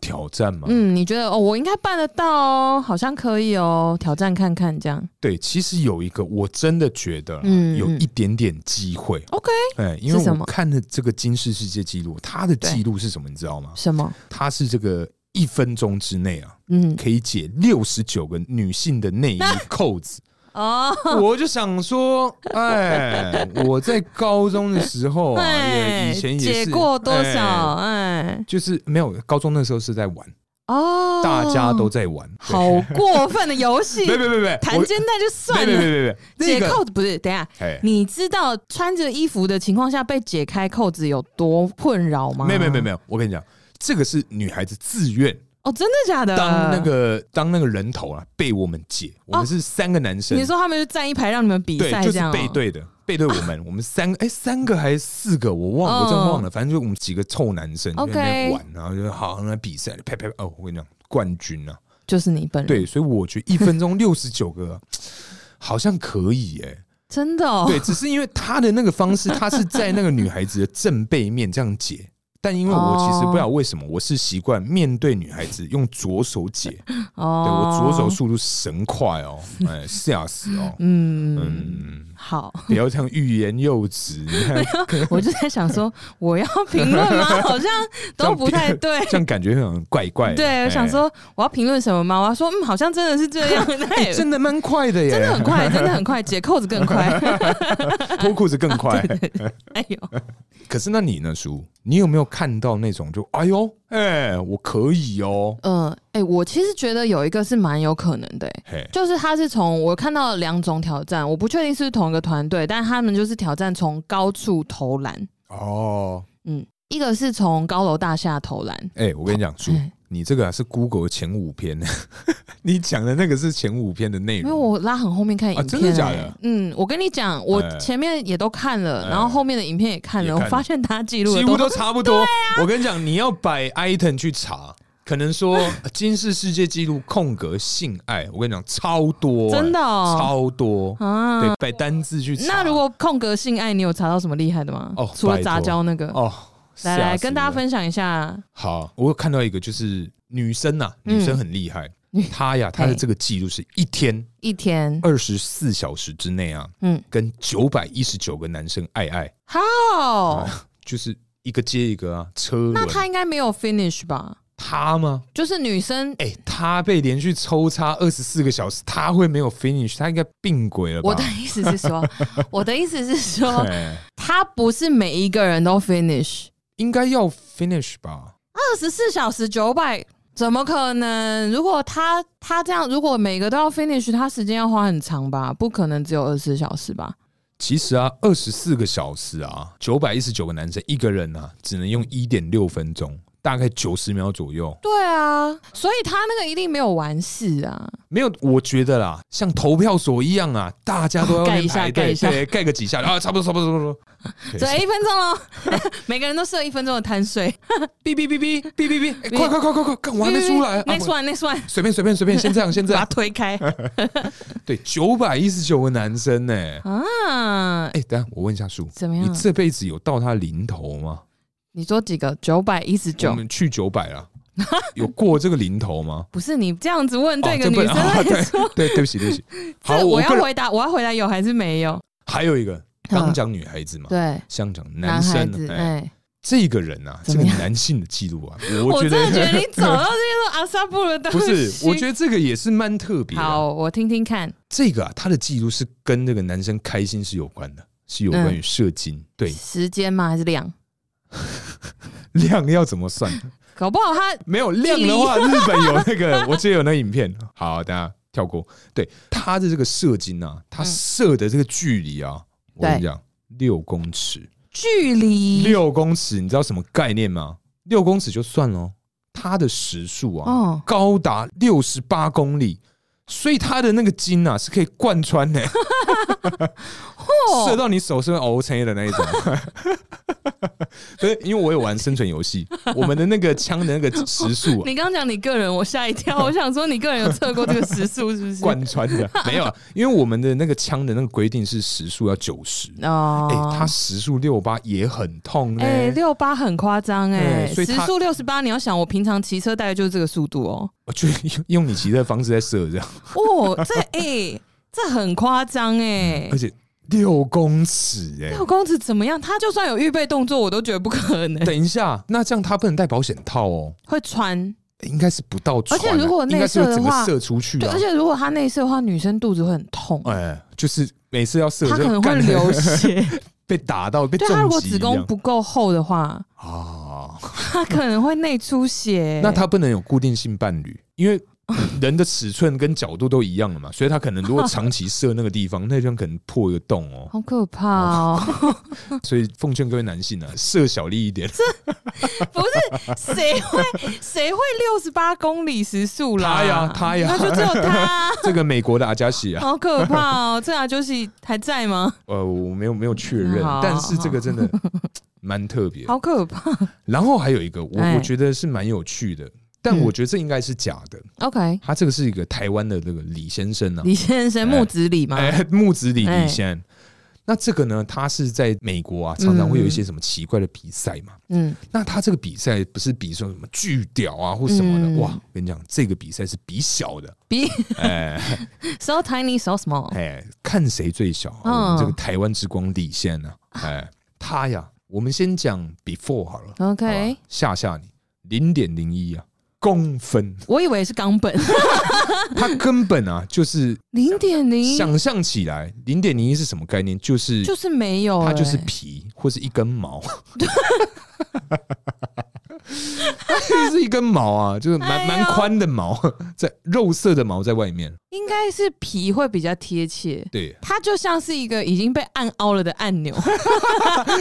[SPEAKER 1] 挑战嘛。
[SPEAKER 2] 嗯，你觉得哦，我应该办得到哦，好像可以哦，挑战看看这样。
[SPEAKER 1] 对，其实有一个我真的觉得啊
[SPEAKER 2] 嗯
[SPEAKER 1] 有一点点机会，
[SPEAKER 2] OK，
[SPEAKER 1] 哎，因为
[SPEAKER 2] 是什
[SPEAKER 1] 我
[SPEAKER 2] 么
[SPEAKER 1] 看了这个金氏世界纪录，它的
[SPEAKER 2] 对
[SPEAKER 1] 记录是什么，你知道吗？
[SPEAKER 2] 什么？
[SPEAKER 1] 它是这个一分钟之内啊，
[SPEAKER 2] 嗯，
[SPEAKER 1] 可以解六十九个女性的内衣扣 子。
[SPEAKER 2] 哦，
[SPEAKER 1] 我就想说，哎，我在高中的时候啊，
[SPEAKER 2] 哎，
[SPEAKER 1] 也以前也
[SPEAKER 2] 解
[SPEAKER 1] 是
[SPEAKER 2] 过多少？
[SPEAKER 1] 哎
[SPEAKER 2] 哎，
[SPEAKER 1] 就是没有高中那时候是在玩，
[SPEAKER 2] 哦，
[SPEAKER 1] 大家都在玩。对
[SPEAKER 2] 好过分的 游戏，
[SPEAKER 1] 别别别别，
[SPEAKER 2] 弹
[SPEAKER 1] 我
[SPEAKER 2] 肩带就
[SPEAKER 1] 别
[SPEAKER 2] 算
[SPEAKER 1] 别
[SPEAKER 2] 了，
[SPEAKER 1] 别别别，
[SPEAKER 2] 解
[SPEAKER 1] 那个
[SPEAKER 2] 扣子不是？等一下，
[SPEAKER 1] 哎，
[SPEAKER 2] 你知道穿着衣服的情况下被解开扣子有多困扰吗？
[SPEAKER 1] 没有没有没有没
[SPEAKER 2] 有
[SPEAKER 1] 有，我跟你讲，这个是女孩子自愿
[SPEAKER 2] 哦，真的假的？
[SPEAKER 1] 当那个当那个人头啊被我们解，
[SPEAKER 2] 哦
[SPEAKER 1] 我们是三个男生
[SPEAKER 2] 你，说他们就站一排让你们比
[SPEAKER 1] 对，
[SPEAKER 2] 赛
[SPEAKER 1] 就
[SPEAKER 2] 这
[SPEAKER 1] 是
[SPEAKER 2] 样、哦
[SPEAKER 1] 背，对的，背对我 们，我们三个，哎、三个还是四个，我忘，我真
[SPEAKER 2] 嗯
[SPEAKER 1] 忘了，反正就我们几个臭男生就
[SPEAKER 2] OK
[SPEAKER 1] 在那边玩，然后就好像在比赛，啪啪，哦，我跟你讲，冠军啊，
[SPEAKER 2] 就是你本人，
[SPEAKER 1] 对，所以我觉得一分 钟六十九个。好像可以哎、
[SPEAKER 2] 真的哦，
[SPEAKER 1] 对，只是因为他的那个方式， 他是在那个女孩子的正背面这样解，但因为我其实不知道为什么，我是习惯面对女孩子用左手解，对我
[SPEAKER 2] 哦，
[SPEAKER 1] 左手，速度神快哦，哎，吓死哦，
[SPEAKER 2] 嗯。
[SPEAKER 1] 嗯，
[SPEAKER 2] 好，
[SPEAKER 1] 不要这样欲言又止，你看
[SPEAKER 2] 我就在想说，我要评论 吗？好像都不太对。
[SPEAKER 1] 这样感觉很怪怪的。
[SPEAKER 2] 对，
[SPEAKER 1] 哎
[SPEAKER 2] 我想，说我要评论什么吗？我要说，嗯，好像真的是这 样。
[SPEAKER 1] 哎、
[SPEAKER 2] 对，
[SPEAKER 1] 真的蛮快的耶，
[SPEAKER 2] 真的 很快，真的很快，解扣子更快。
[SPEAKER 1] 脱裤子更 快。
[SPEAKER 2] 哎呦，
[SPEAKER 1] 可是那你呢，叔？你有没有看到那种就哎呦，哎、我可以哦，
[SPEAKER 2] 嗯，哎、我其实觉得有一个是蛮有可能的、哎
[SPEAKER 1] 嘿，
[SPEAKER 2] 就是他是从我看到了两种挑战，我不确定是不是同一个团队，但他们就是挑战从高处投篮，
[SPEAKER 1] 哦，
[SPEAKER 2] 嗯，一个是从高楼大厦投篮，
[SPEAKER 1] 哎、我跟你讲，叔
[SPEAKER 2] 哎，
[SPEAKER 1] 你这个、啊、是 Google 的前五篇， 你讲的那个是前五篇的内
[SPEAKER 2] 因为
[SPEAKER 1] 容。
[SPEAKER 2] 我拉很后面看影片、
[SPEAKER 1] 啊真的假的
[SPEAKER 2] 哎嗯，我跟你讲，我
[SPEAKER 1] 哎
[SPEAKER 2] 前面也都看了，
[SPEAKER 1] 哎
[SPEAKER 2] 然后后面的影片也看
[SPEAKER 1] 也
[SPEAKER 2] 了，
[SPEAKER 1] 看了
[SPEAKER 2] 我发现他记录
[SPEAKER 1] 几
[SPEAKER 2] 的
[SPEAKER 1] 乎
[SPEAKER 2] 都
[SPEAKER 1] 都差不多。
[SPEAKER 2] 啊
[SPEAKER 1] 我跟你讲，你要摆 item 去查，可能 说金氏世界纪录空格性爱，我跟你讲超多、哎
[SPEAKER 2] 真的哦
[SPEAKER 1] 超多。
[SPEAKER 2] 啊。
[SPEAKER 1] 对，摆单字去查。
[SPEAKER 2] 那如果空格性爱，你有查到什么厉害的吗？
[SPEAKER 1] 哦
[SPEAKER 2] 除了
[SPEAKER 1] 拜托
[SPEAKER 2] 杂交那个，
[SPEAKER 1] 哦，
[SPEAKER 2] 来
[SPEAKER 1] 吓
[SPEAKER 2] 来
[SPEAKER 1] 死
[SPEAKER 2] 跟大家
[SPEAKER 1] 人
[SPEAKER 2] 分享一下。
[SPEAKER 1] 好，我有看到一个就是女生呐、
[SPEAKER 2] 嗯
[SPEAKER 1] 女生很厉害，
[SPEAKER 2] 嗯
[SPEAKER 1] 她呀，她的这个记录是一天
[SPEAKER 2] 一天，
[SPEAKER 1] 二十四小时之内啊，
[SPEAKER 2] 嗯，
[SPEAKER 1] 跟九百一十九个男生爱爱，
[SPEAKER 2] 好，
[SPEAKER 1] 就是一个接一个啊，车轮。
[SPEAKER 2] 那他应该没有 finish 吧？
[SPEAKER 1] 她吗？
[SPEAKER 2] 就是女生，
[SPEAKER 1] 哎、她被连续抽插二十四个小时，她会没有 finish？她应该病鬼了吧？
[SPEAKER 2] 我的意思是说，我的意思是说，
[SPEAKER 1] 哎
[SPEAKER 2] 他不是每一个人都 finish
[SPEAKER 1] 应该要 finish 吧？
[SPEAKER 2] 二十四小时九百。怎么可能？如果他他这样，如果每个都要 finish，他时间要花很长吧？不可能只有二十四小时吧？
[SPEAKER 1] 其实啊，二十四个小时啊，九百一十九个男生一个人啊，只能用一点六分钟，大概九十秒左右。
[SPEAKER 2] 对啊，所以他那个一定没有完事啊。
[SPEAKER 1] 没有，我觉得啦，像投票所一样啊，大家都要
[SPEAKER 2] 哦盖一下
[SPEAKER 1] 排队
[SPEAKER 2] 盖一下
[SPEAKER 1] 对，盖个几下啊，差不多，差不多，差不多。
[SPEAKER 2] 只有一分钟喽，每个人都设一分钟的贪睡。
[SPEAKER 1] 哔哔哔哔哔哔哔，哎快快快快快，看我还没出来啊，
[SPEAKER 2] Next
[SPEAKER 1] 我
[SPEAKER 2] one, next one，
[SPEAKER 1] 随便随便随便，先这样先这
[SPEAKER 2] 把它
[SPEAKER 1] 样。
[SPEAKER 2] 推开
[SPEAKER 1] 对，九百一十九个男生呢、
[SPEAKER 2] 啊！
[SPEAKER 1] 哎、等一下我问一下叔，
[SPEAKER 2] 怎么
[SPEAKER 1] 你
[SPEAKER 2] 样？
[SPEAKER 1] 这辈子有到他零头吗？
[SPEAKER 2] 你说几个？九百一十
[SPEAKER 1] 我
[SPEAKER 2] 九，
[SPEAKER 1] 们去九百了，有过这个零头吗？
[SPEAKER 2] 不是你这样子问 对一
[SPEAKER 1] 哦
[SPEAKER 2] 个
[SPEAKER 1] 这
[SPEAKER 2] 女
[SPEAKER 1] 不
[SPEAKER 2] 生 来
[SPEAKER 1] 哦
[SPEAKER 2] 说，
[SPEAKER 1] 对对，对不起对不起。好，
[SPEAKER 2] 这
[SPEAKER 1] 我
[SPEAKER 2] 我要
[SPEAKER 1] 个人
[SPEAKER 2] 回答，我要回答有还是没有？
[SPEAKER 1] 还有一个，刚讲女孩子嘛，
[SPEAKER 2] 嗯对，
[SPEAKER 1] 像讲
[SPEAKER 2] 男孩
[SPEAKER 1] 生
[SPEAKER 2] 子，，
[SPEAKER 1] 哎，
[SPEAKER 2] 哎，
[SPEAKER 1] 这个人啊，这
[SPEAKER 2] 怎么
[SPEAKER 1] 个
[SPEAKER 2] 样
[SPEAKER 1] 男性的记录 啊，
[SPEAKER 2] 我
[SPEAKER 1] 觉
[SPEAKER 2] 真的觉
[SPEAKER 1] 得
[SPEAKER 2] 得你走到这边说阿萨布鲁的
[SPEAKER 1] 不
[SPEAKER 2] 东西，
[SPEAKER 1] 是，我觉得这个也是蛮特别的。
[SPEAKER 2] 好，我听听看，
[SPEAKER 1] 这个啊，他的记录是跟那个男生开心是有关的，是有关于
[SPEAKER 2] 嗯
[SPEAKER 1] 射精，对
[SPEAKER 2] 时间吗？还是量？
[SPEAKER 1] 量要怎么算？
[SPEAKER 2] 搞不好他
[SPEAKER 1] 没有量的 话，日本有那个，我记得有那影片。好，大家跳过。对他的这个射精啊，他
[SPEAKER 2] 嗯
[SPEAKER 1] 射的这个距离啊，我跟你讲，六公尺，
[SPEAKER 2] 距离
[SPEAKER 1] 六公尺，你知道什么概念吗？六公尺就算了，他的时速啊，
[SPEAKER 2] 哦
[SPEAKER 1] 高达六十八公里。所以他的那个筋啊是可以贯穿 的、射到你手是会 O K 的那一种。 所以，因为我有玩生存游戏，我们的那个枪的那个时速、啊，
[SPEAKER 2] 你刚刚讲你个人，我吓 一跳。我想说，你个人有测过这个时速是不是？
[SPEAKER 1] 贯穿的，没有啊，因为我们的那个枪的那个规定是时速要九十、
[SPEAKER 2] 哦，
[SPEAKER 1] 哎、他时速六八也很痛呢、
[SPEAKER 2] 哎，六八很夸张哎，
[SPEAKER 1] 对所以
[SPEAKER 2] 时
[SPEAKER 1] 他
[SPEAKER 2] 速六十八，你要想我平常骑车大概就是这个速度 哦。
[SPEAKER 1] 我就用用你骑车的方式在射这样，
[SPEAKER 2] 哦，这哎、 这很夸张哎
[SPEAKER 1] 而。且六公尺哎、
[SPEAKER 2] 六公子怎么样？他就算有预备动作，我都觉得不可能
[SPEAKER 1] 等一下，那这样他不能戴保险套哦，
[SPEAKER 2] 会穿。
[SPEAKER 1] 哎应该是不到穿啊、
[SPEAKER 2] 而且如果
[SPEAKER 1] 应该
[SPEAKER 2] 内
[SPEAKER 1] 是会
[SPEAKER 2] 射的
[SPEAKER 1] 整个
[SPEAKER 2] 话
[SPEAKER 1] 射出去
[SPEAKER 2] 对，
[SPEAKER 1] 啊
[SPEAKER 2] 而，且如果他内射的话，女生肚子会很痛，
[SPEAKER 1] 哎、就是每次要射
[SPEAKER 2] 她
[SPEAKER 1] 就
[SPEAKER 2] 可能会
[SPEAKER 1] 干
[SPEAKER 2] 流血。
[SPEAKER 1] 被打到被
[SPEAKER 2] 对，啊她
[SPEAKER 1] 重
[SPEAKER 2] 如果
[SPEAKER 1] 击
[SPEAKER 2] 子
[SPEAKER 1] 一
[SPEAKER 2] 宫
[SPEAKER 1] 样
[SPEAKER 2] 不够厚的话，
[SPEAKER 1] 啊。
[SPEAKER 2] 她可能会内出血。
[SPEAKER 1] 那他不能有固定性伴侣，因为人的尺寸跟角度都一样了嘛，所以他可能如果长期射那个地方，那 地方可能破一个洞哦。
[SPEAKER 2] 好可怕哦！
[SPEAKER 1] 所以奉劝各位男性啊，射小力一点。
[SPEAKER 2] 不是谁会谁会六十八公里时速啦？
[SPEAKER 1] 他呀他呀
[SPEAKER 2] 那就只有他。啊
[SPEAKER 1] 这个美国的阿加 西啊，
[SPEAKER 2] 好可怕 哦！这阿就是还在吗？
[SPEAKER 1] 呃，我没有没有确认
[SPEAKER 2] 好，
[SPEAKER 1] 但是这个真的蛮特别。
[SPEAKER 2] 好可怕。
[SPEAKER 1] 然后还有一个，我
[SPEAKER 2] 哎
[SPEAKER 1] 我觉得是蛮有趣的，但
[SPEAKER 2] 嗯
[SPEAKER 1] 我觉得这应该是假的。
[SPEAKER 2] OK，
[SPEAKER 1] 他这个是一个台湾的那个李先生啊，
[SPEAKER 2] 李先生木子李吗？
[SPEAKER 1] 哎，木子李
[SPEAKER 2] 哎
[SPEAKER 1] 李先。那这个呢，他是在美国啊，常常会有一些什么奇怪的比赛嘛。
[SPEAKER 2] 嗯，
[SPEAKER 1] 那他这个比赛不是比说什么巨屌啊或什么的，
[SPEAKER 2] 嗯
[SPEAKER 1] 哇！跟你讲，这个比赛是比小的，
[SPEAKER 2] 比
[SPEAKER 1] 哎
[SPEAKER 2] so tiny so small。
[SPEAKER 1] 哎，看谁最小。啊
[SPEAKER 2] 嗯
[SPEAKER 1] 我们这个台湾之光底线呢、啊，哎，他呀，我们先讲 before 好了
[SPEAKER 2] OK，
[SPEAKER 1] 好吧吓吓你，零点零一啊公分，
[SPEAKER 2] 我以为是冈本，
[SPEAKER 1] 他根本啊就是
[SPEAKER 2] 零点零
[SPEAKER 1] 想象起来，零点零一是什么概念？就是
[SPEAKER 2] 就是没有、欸，
[SPEAKER 1] 它就是皮或是一根 毛，它就是一根毛啊，就是蛮
[SPEAKER 2] 哎
[SPEAKER 1] 蛮
[SPEAKER 2] 呦
[SPEAKER 1] 宽的毛， 在肉色的毛在外面。
[SPEAKER 2] 应该是皮会比较贴切。
[SPEAKER 1] 对，
[SPEAKER 2] 它就像是一个已经被按凹了的按 钮，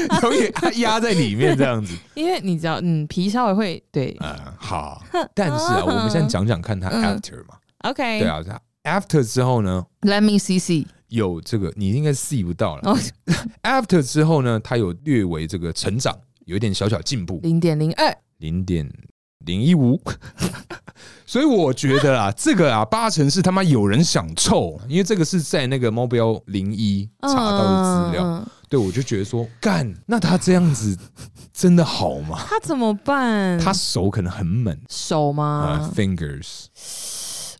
[SPEAKER 1] 然后也压在里面这样子
[SPEAKER 2] 因为你知道，嗯，皮稍微会对
[SPEAKER 1] 啊、好，但是啊，
[SPEAKER 2] 嗯
[SPEAKER 1] 我们现在讲讲看它
[SPEAKER 2] 嗯哎
[SPEAKER 1] after 嘛，
[SPEAKER 2] ，OK，
[SPEAKER 1] 对啊，它 after 之后呢，
[SPEAKER 2] ，Let me see see，
[SPEAKER 1] 有这个你应该 see 不到了。
[SPEAKER 2] 哦，
[SPEAKER 1] after 之后呢，它有略微这个成长，有一点小小进步，
[SPEAKER 2] 零点零二，
[SPEAKER 1] 零点零一五。所以我觉得啊，这个啊，八成是他妈有人想凑，因为这个是在那个猫标零一查到的资料。
[SPEAKER 2] 嗯，
[SPEAKER 1] 对，我就觉得说，干，那他这样子真的好吗？
[SPEAKER 2] 他怎么办？
[SPEAKER 1] 他手可能很猛
[SPEAKER 2] 手
[SPEAKER 1] 啊
[SPEAKER 2] 吗？
[SPEAKER 1] ，fingers。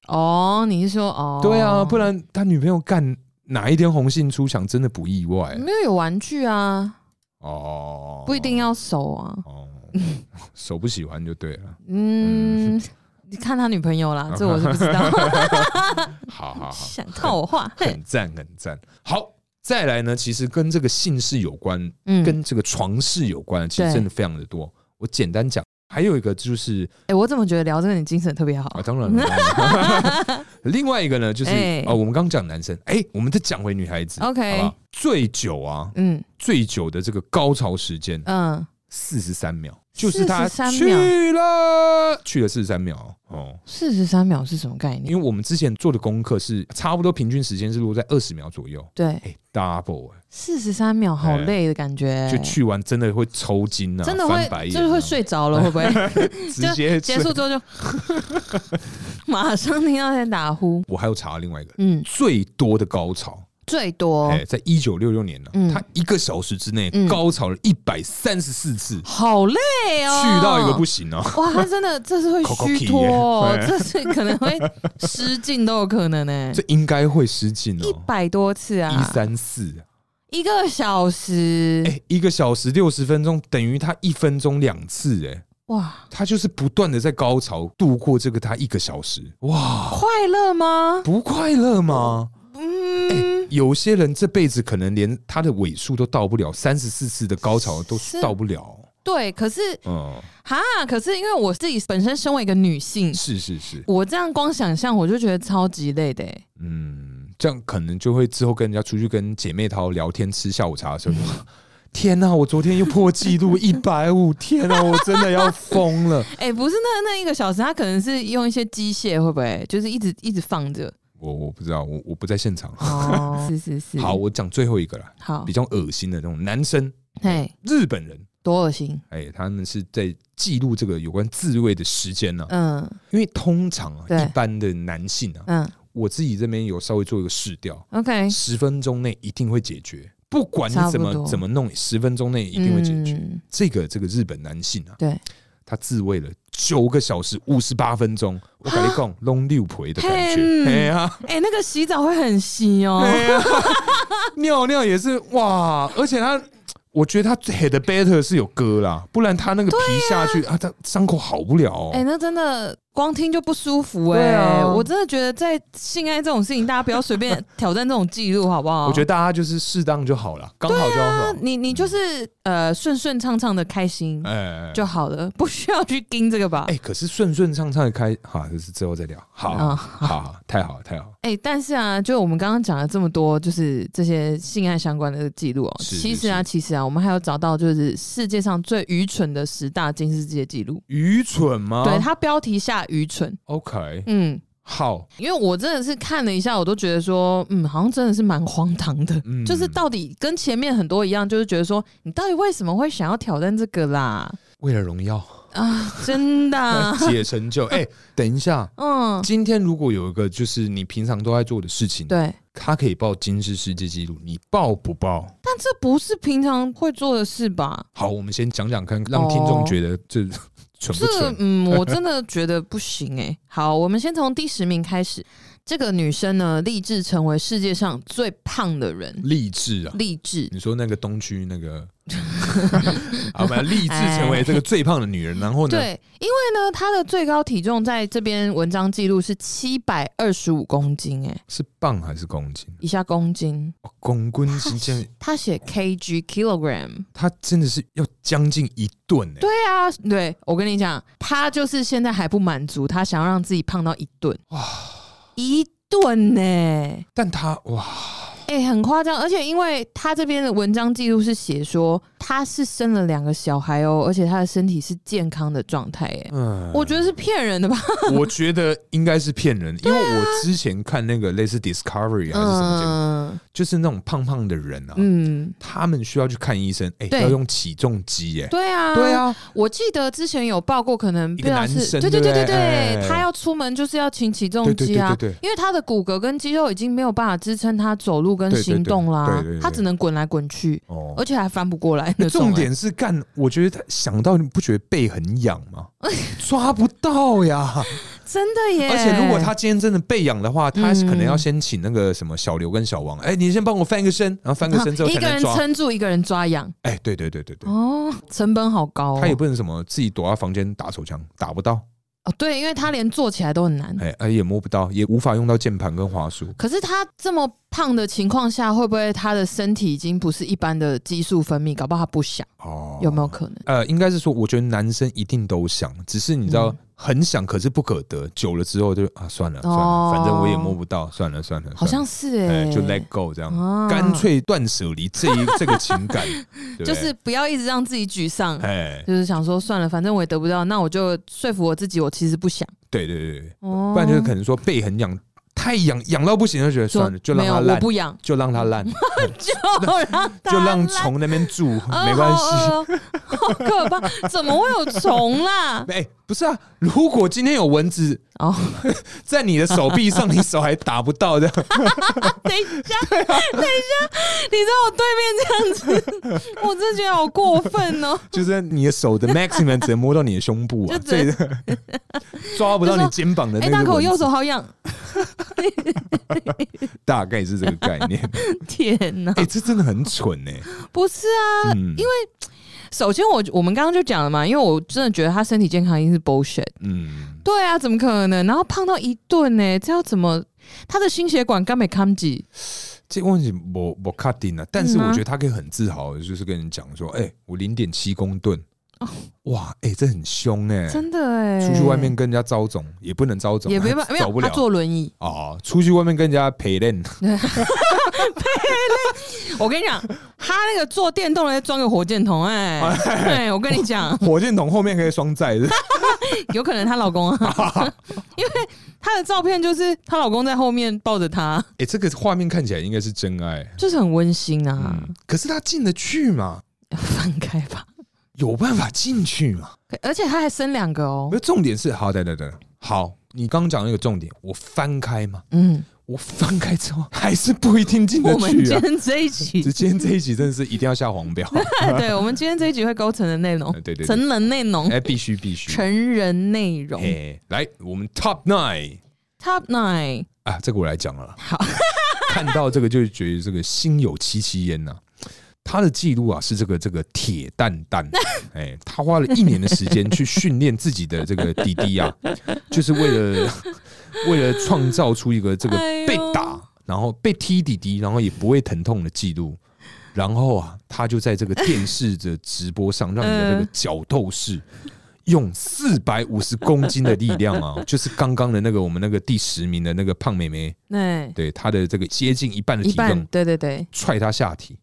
[SPEAKER 2] 哦，你是说哦？
[SPEAKER 1] 对啊，不然他女朋友干哪一天红杏出墙，真的不意外
[SPEAKER 2] 没有有玩具啊，
[SPEAKER 1] 哦。
[SPEAKER 2] 不一定要手啊。
[SPEAKER 1] 哦，手不喜欢就对了。
[SPEAKER 2] 嗯，你看他女朋友
[SPEAKER 1] 啊
[SPEAKER 2] 啦，这我是不 知道。
[SPEAKER 1] 好好好，
[SPEAKER 2] 想套我话，嘿
[SPEAKER 1] 很赞很赞。好，再来呢，其实跟这个姓氏有关，
[SPEAKER 2] 嗯
[SPEAKER 1] 跟这个床事有关，其实真的非常的多。我简单讲，还有一个就是
[SPEAKER 2] 哎、我怎么觉得聊这个你精神特别好？
[SPEAKER 1] 啊，当然了，当然 了另外一个呢，就是啊、
[SPEAKER 2] 哎
[SPEAKER 1] 我们刚讲男生，哎、我们再讲回女孩子
[SPEAKER 2] OK
[SPEAKER 1] 好不好醉酒啊，
[SPEAKER 2] 嗯
[SPEAKER 1] 醉酒的这个高潮时间
[SPEAKER 2] 嗯，
[SPEAKER 1] 四十三秒，就是他
[SPEAKER 2] 43
[SPEAKER 1] 去了去了四十三秒哦，
[SPEAKER 2] 四十三秒是什么概念？
[SPEAKER 1] 因为我们之前做的功课是差不多平均时间是落在二十秒左右，
[SPEAKER 2] 对，
[SPEAKER 1] 哎、d o u b l e
[SPEAKER 2] 四十三秒好累的感觉、
[SPEAKER 1] 哎就去完真的会抽筋啊，
[SPEAKER 2] 真的
[SPEAKER 1] 翻白
[SPEAKER 2] 会
[SPEAKER 1] 眼啊
[SPEAKER 2] 就是会，睡着了，会不 会？
[SPEAKER 1] 直接
[SPEAKER 2] 结
[SPEAKER 1] 睡
[SPEAKER 2] 束。之后就马上听到在打呼。
[SPEAKER 1] 我还有查另外一个
[SPEAKER 2] 嗯，
[SPEAKER 1] 最多的高潮，
[SPEAKER 2] 最多
[SPEAKER 1] 哎、在一九六六年呢、
[SPEAKER 2] 哦嗯
[SPEAKER 1] 他一个小时之内
[SPEAKER 2] 嗯
[SPEAKER 1] 高潮了一百三十四次，
[SPEAKER 2] 好累哦，
[SPEAKER 1] 去到一个不行哦。
[SPEAKER 2] 哇，他真的这是会
[SPEAKER 1] 口口
[SPEAKER 2] 虚
[SPEAKER 1] 气
[SPEAKER 2] 脱、 哦，
[SPEAKER 1] 耶
[SPEAKER 2] 这是可能会失禁都有可能 呢、
[SPEAKER 1] 这应该会失禁
[SPEAKER 2] 一
[SPEAKER 1] 哦，
[SPEAKER 2] 百多次啊，
[SPEAKER 1] 一三四，
[SPEAKER 2] 一个小时，
[SPEAKER 1] 哎，一个小时六十分钟，等于他一分钟两次，哎，
[SPEAKER 2] 哇，
[SPEAKER 1] 他就是不断的在高潮度过这个他一个小时，哇，
[SPEAKER 2] 快乐吗？
[SPEAKER 1] 不快乐吗？哎
[SPEAKER 2] 嗯，
[SPEAKER 1] 有些人这辈子可能连他的尾数都到不了，三十四次的高潮都
[SPEAKER 2] 是
[SPEAKER 1] 到不了，
[SPEAKER 2] 对，可是
[SPEAKER 1] 嗯，
[SPEAKER 2] 哈，可是因为我自己本身身为一个女性，
[SPEAKER 1] 是是是，
[SPEAKER 2] 我这样光想象我就觉得超级累的、欸。
[SPEAKER 1] 嗯，这样可能就会之后跟人家出去跟姐妹淘聊天吃下午茶的时候， 天哪、我昨天又破纪录一百五，天哪、我真的要疯了。
[SPEAKER 2] 哎、不是那那一个小时，他可能是用一些机械，会不会就是一直一直 放着？
[SPEAKER 1] 我我不知道，我我不在现场。
[SPEAKER 2] 哦，是是是，
[SPEAKER 1] 好，我讲最后一个啦，
[SPEAKER 2] 好
[SPEAKER 1] 比，较恶心的那种男生，
[SPEAKER 2] 嘿，
[SPEAKER 1] 日本人，
[SPEAKER 2] 多恶心，
[SPEAKER 1] 哎，他们是在记录这个有关自慰的时间啊呢、
[SPEAKER 2] 嗯
[SPEAKER 1] 因为通常啊，
[SPEAKER 2] 对
[SPEAKER 1] 一般的男性啊，
[SPEAKER 2] 嗯
[SPEAKER 1] 我自己这边有稍微做一个试调，
[SPEAKER 2] ，OK，
[SPEAKER 1] 十分钟内一定会解决，不管你怎
[SPEAKER 2] 差不
[SPEAKER 1] 么
[SPEAKER 2] 多
[SPEAKER 1] 怎么弄，十分钟内一定会解决。
[SPEAKER 2] 嗯
[SPEAKER 1] 这个这个日本男性啊，
[SPEAKER 2] 对，
[SPEAKER 1] 他自慰了九个小时五十八分钟，我跟你 讲，弄六陪的感
[SPEAKER 2] 天
[SPEAKER 1] 觉，哎呀，
[SPEAKER 2] 哎、那个洗澡会很洗哦，
[SPEAKER 1] 哎呀， 尿尿也是哇，而且他。我觉得他 head better 是有割啦，不然他那个皮下去啊，他伤口好不了、哦。
[SPEAKER 2] 哎、那真的光听就不舒服哎、
[SPEAKER 1] 对啊
[SPEAKER 2] 我真的觉得在性爱这种事情，大家不要随便挑战这种记录，好不好？
[SPEAKER 1] 我觉得
[SPEAKER 2] 得
[SPEAKER 1] 大家就是适当就好了，刚好就好。
[SPEAKER 2] 哦啊你你就是呃顺顺畅畅的开心
[SPEAKER 1] 哎，
[SPEAKER 2] 就好了，不需要去盯这个吧。
[SPEAKER 1] 哎，可是顺顺畅畅的开，好，这是之后再聊。好，
[SPEAKER 2] 嗯
[SPEAKER 1] 好，好，太好，了，太好。了。
[SPEAKER 2] 哎、但是啊，就我们刚刚讲了这么多，就是这些性爱相关的记录哦。
[SPEAKER 1] 是
[SPEAKER 2] 其实
[SPEAKER 1] 是
[SPEAKER 2] 啊，其实啊，我们还有找到就是世界上最愚蠢的十大金世界纪录。
[SPEAKER 1] 愚蠢吗？
[SPEAKER 2] 对，它标题下愚蠢，
[SPEAKER 1] ，OK，
[SPEAKER 2] 嗯，
[SPEAKER 1] 好，
[SPEAKER 2] 因为我真的是看了一下，我都觉得说，嗯，好像真的是蛮荒唐的。
[SPEAKER 1] 嗯
[SPEAKER 2] 就是到底跟前面很多一样，就是觉得说，你到底为什么会想要挑战这个 啦？
[SPEAKER 1] 为了荣耀，
[SPEAKER 2] 啊，真的啊、
[SPEAKER 1] 解成 就。哎，等一下，
[SPEAKER 2] 嗯，
[SPEAKER 1] 今天如果有一个就是你平常都在做的事情，
[SPEAKER 2] 对，
[SPEAKER 1] 它可以报金氏世界纪录，你报不报？
[SPEAKER 2] 但这不是平常会做的事吧？
[SPEAKER 1] 好，我们先讲讲看，
[SPEAKER 2] 哦
[SPEAKER 1] 让听众觉得这蠢不
[SPEAKER 2] 这个
[SPEAKER 1] 蠢？
[SPEAKER 2] 嗯，我真的觉得不行哎、好，我们先从第十名开始。这个女生呢，立志成为世界上最胖的人，
[SPEAKER 1] 励志啊！
[SPEAKER 2] 励志。
[SPEAKER 1] 你说那个东区那 个，好，我们励志成为这个最胖的女人，然后呢？
[SPEAKER 2] 哎对，因为呢，她的最高体重在这边文章记录是七百二十五公斤、欸，哎，
[SPEAKER 1] 是磅还是公斤？
[SPEAKER 2] 一下公斤。
[SPEAKER 1] 哦、公斤是这 样，
[SPEAKER 2] 她写 kg kilogram，
[SPEAKER 1] 它真的是要将近一吨哎、
[SPEAKER 2] 对啊，对我跟你讲，她就是现在还不满足，她想要让自己胖到一吨，哇，一吨呢、欸，
[SPEAKER 1] 但它哇，
[SPEAKER 2] 哎、很夸张。而且因为她这边的文章记录是写说，她是生了两个小孩哦，而且她的身体是健康的状态、欸，哎、
[SPEAKER 1] 嗯，
[SPEAKER 2] 我觉得是骗人的吧。
[SPEAKER 1] 我觉得应该是骗人，因为我之前看那个类似 Discovery 还是什么节目，
[SPEAKER 2] 啊嗯
[SPEAKER 1] 就是那种胖胖的人啊，
[SPEAKER 2] 嗯，
[SPEAKER 1] 他们需要去看医生，哎、
[SPEAKER 2] 对
[SPEAKER 1] 要用起重机哎、
[SPEAKER 2] 对啊，
[SPEAKER 1] 对。啊，
[SPEAKER 2] 我记得之前有报过，可能
[SPEAKER 1] 一
[SPEAKER 2] 不
[SPEAKER 1] 个
[SPEAKER 2] 知道
[SPEAKER 1] 男
[SPEAKER 2] 是
[SPEAKER 1] 生
[SPEAKER 2] 对
[SPEAKER 1] 对
[SPEAKER 2] 对
[SPEAKER 1] 不
[SPEAKER 2] 对
[SPEAKER 1] 对哎哎
[SPEAKER 2] 对，
[SPEAKER 1] 哎
[SPEAKER 2] 他要出门就是要请起重
[SPEAKER 1] 对对
[SPEAKER 2] 机啊
[SPEAKER 1] 对，对对，
[SPEAKER 2] 因为他的骨骼跟肌肉已经没有办法支撑他走路跟
[SPEAKER 1] 对对对
[SPEAKER 2] 行动
[SPEAKER 1] 对
[SPEAKER 2] 啦
[SPEAKER 1] 对对，对
[SPEAKER 2] 他只能滚来滚去，
[SPEAKER 1] 哦哎
[SPEAKER 2] 而。且哎还翻不过来那 种
[SPEAKER 1] 重点是干，我觉得他想到你不觉得背很痒 吗？抓不到呀！
[SPEAKER 2] 哎真的耶！
[SPEAKER 1] 而且如果他今天真的背痒的话，他
[SPEAKER 2] 嗯
[SPEAKER 1] 可能要先请那个什么小刘跟小王，哎、你先帮我翻个身，然后翻个 身之后
[SPEAKER 2] 一
[SPEAKER 1] 才
[SPEAKER 2] 个
[SPEAKER 1] 能
[SPEAKER 2] 人
[SPEAKER 1] 抓。
[SPEAKER 2] 撑住，一个人抓痒
[SPEAKER 1] 哎、对对对对对，
[SPEAKER 2] 哦，成本好高哦。
[SPEAKER 1] 他也不能什么自己躲到房间打手枪，打不到。
[SPEAKER 2] 哦，对，因为它连做起来都很难。
[SPEAKER 1] 哎哎，也摸不到，也无法用到键盘跟滑鼠。
[SPEAKER 2] 可是他这么胖的情况下，会不会他的身体已经不是一般的激素分泌？搞不好他不想，
[SPEAKER 1] 哦，
[SPEAKER 2] 有没有？可能？
[SPEAKER 1] 呃，应该是说，我觉得男生一定都想，只是你知道，
[SPEAKER 2] 嗯
[SPEAKER 1] 很想，可是不可得。久了之后就啊，算了算了，
[SPEAKER 2] 哦
[SPEAKER 1] 反正我也摸不到，算了算了，
[SPEAKER 2] 好
[SPEAKER 1] 算
[SPEAKER 2] 像
[SPEAKER 1] 了
[SPEAKER 2] 是哎、
[SPEAKER 1] 哎，就 let go 这样，
[SPEAKER 2] 啊
[SPEAKER 1] 干脆断舍离这一这个情 感，对不对
[SPEAKER 2] 就是不要一直让自己沮丧，
[SPEAKER 1] 哎，
[SPEAKER 2] 就是想说算了，反正我也得不到，那我就说服我自己，我其实不想。
[SPEAKER 1] 对对对对，
[SPEAKER 2] 哦，
[SPEAKER 1] 不然就是可能说背很痒，太痒痒到不行，就觉得
[SPEAKER 2] 说
[SPEAKER 1] 算了，就让
[SPEAKER 2] 没有，
[SPEAKER 1] 它
[SPEAKER 2] 我
[SPEAKER 1] 烂，
[SPEAKER 2] 不养，
[SPEAKER 1] 就让它 烂，
[SPEAKER 2] 就让它
[SPEAKER 1] 就让
[SPEAKER 2] 烂
[SPEAKER 1] 虫那边 住，
[SPEAKER 2] 啊
[SPEAKER 1] 没关系。
[SPEAKER 2] 好饿哦好可怕，怎么会有 虫啦？
[SPEAKER 1] 哎、不是啊，如果今天有蚊子
[SPEAKER 2] 哦，
[SPEAKER 1] 在你的手臂上，你手还打不到的，
[SPEAKER 2] 等一 下，等
[SPEAKER 1] 啊
[SPEAKER 2] 一下，你在我对面这样子，我真的觉得好过分 哦。
[SPEAKER 1] 就是你的手的 maximum 只能摸到你的胸部啊，
[SPEAKER 2] 就
[SPEAKER 1] 这
[SPEAKER 2] 只
[SPEAKER 1] 抓不到你肩膀的
[SPEAKER 2] 哎、
[SPEAKER 1] 那
[SPEAKER 2] 大
[SPEAKER 1] 个
[SPEAKER 2] 可，我
[SPEAKER 1] 蚊
[SPEAKER 2] 右
[SPEAKER 1] 子，
[SPEAKER 2] 手好痒，
[SPEAKER 1] 大概是这个概 念。
[SPEAKER 2] 天哪！
[SPEAKER 1] 哎、这真的很蠢哎、
[SPEAKER 2] 不是啊，
[SPEAKER 1] 嗯，因为
[SPEAKER 2] 首先我我们刚刚就讲了嘛，因为我真的觉得他身体健康一定是 bullshit。
[SPEAKER 1] 嗯，
[SPEAKER 2] 对啊，怎么可能？然后胖到一顿呢、这要怎么？他的心血管刚没康几？
[SPEAKER 1] 这个问题我我卡定了，但是
[SPEAKER 2] 嗯吗
[SPEAKER 1] 我觉得他可以很自豪，就是跟人讲说，哎、我零点七公吨，哇，哎、这很凶哎、
[SPEAKER 2] 哦真的哎、
[SPEAKER 1] 出去外面跟人家招总也不能招总，
[SPEAKER 2] 也没办法，没
[SPEAKER 1] 走
[SPEAKER 2] 有
[SPEAKER 1] 不
[SPEAKER 2] 他
[SPEAKER 1] 了
[SPEAKER 2] 坐轮椅。
[SPEAKER 1] 哦，出去外面跟人家陪练，
[SPEAKER 2] 我跟你讲，他那个坐电动的装个火箭筒、哎，哎，我跟你 讲，
[SPEAKER 1] 火箭筒后面可以双载，是
[SPEAKER 2] 有可能她老公啊， 因为她的照片就是她老公在后面抱着她，
[SPEAKER 1] 哎、这个画面看起来应该是真爱。
[SPEAKER 2] 就是很温馨啊。
[SPEAKER 1] 嗯，可是他进得去吗？
[SPEAKER 2] 放开吧，
[SPEAKER 1] 有办法进去吗？
[SPEAKER 2] 可而且她还生两个哦
[SPEAKER 1] 那。重点是，好，等等等，好，你刚刚讲那个重点，我翻开嘛，
[SPEAKER 2] 嗯，
[SPEAKER 1] 我翻开之后还是不一定进得
[SPEAKER 2] 我们
[SPEAKER 1] 去
[SPEAKER 2] 今
[SPEAKER 1] 啊。
[SPEAKER 2] 天这一集
[SPEAKER 1] 只，今天这一集真的是一定要下黄 标，
[SPEAKER 2] 对，我们今天这一集会构成的内容
[SPEAKER 1] 呃，啊对对对，
[SPEAKER 2] 成人内容
[SPEAKER 1] 哎、，必须必须。
[SPEAKER 2] 成人内容
[SPEAKER 1] 哎，来，我们 top nine
[SPEAKER 2] ，Top Nine，
[SPEAKER 1] 啊，这个我来讲了啦。
[SPEAKER 2] 好，
[SPEAKER 1] 看到这个就觉得这个心有戚戚焉呐、他的记录啊是这个这个铁蛋 蛋，哎，他花了一年的时间去训练自己的这个弟弟 啊，就是为了 为了创造出一个这个
[SPEAKER 2] 哎呦
[SPEAKER 1] 被打，然后被踢弟弟，然后也不会疼痛的记录。然后啊，他就在这个电视的直播上，让你
[SPEAKER 2] 嗯
[SPEAKER 1] 的这个角斗士用四百五十公斤的力量 啊，就是刚刚的那个我们那个第十名的那个胖妹妹，
[SPEAKER 2] 对，
[SPEAKER 1] 对他的这个接近一半的
[SPEAKER 2] 一
[SPEAKER 1] 体
[SPEAKER 2] 半，
[SPEAKER 1] 重
[SPEAKER 2] 对对对。
[SPEAKER 1] 踹他下 体，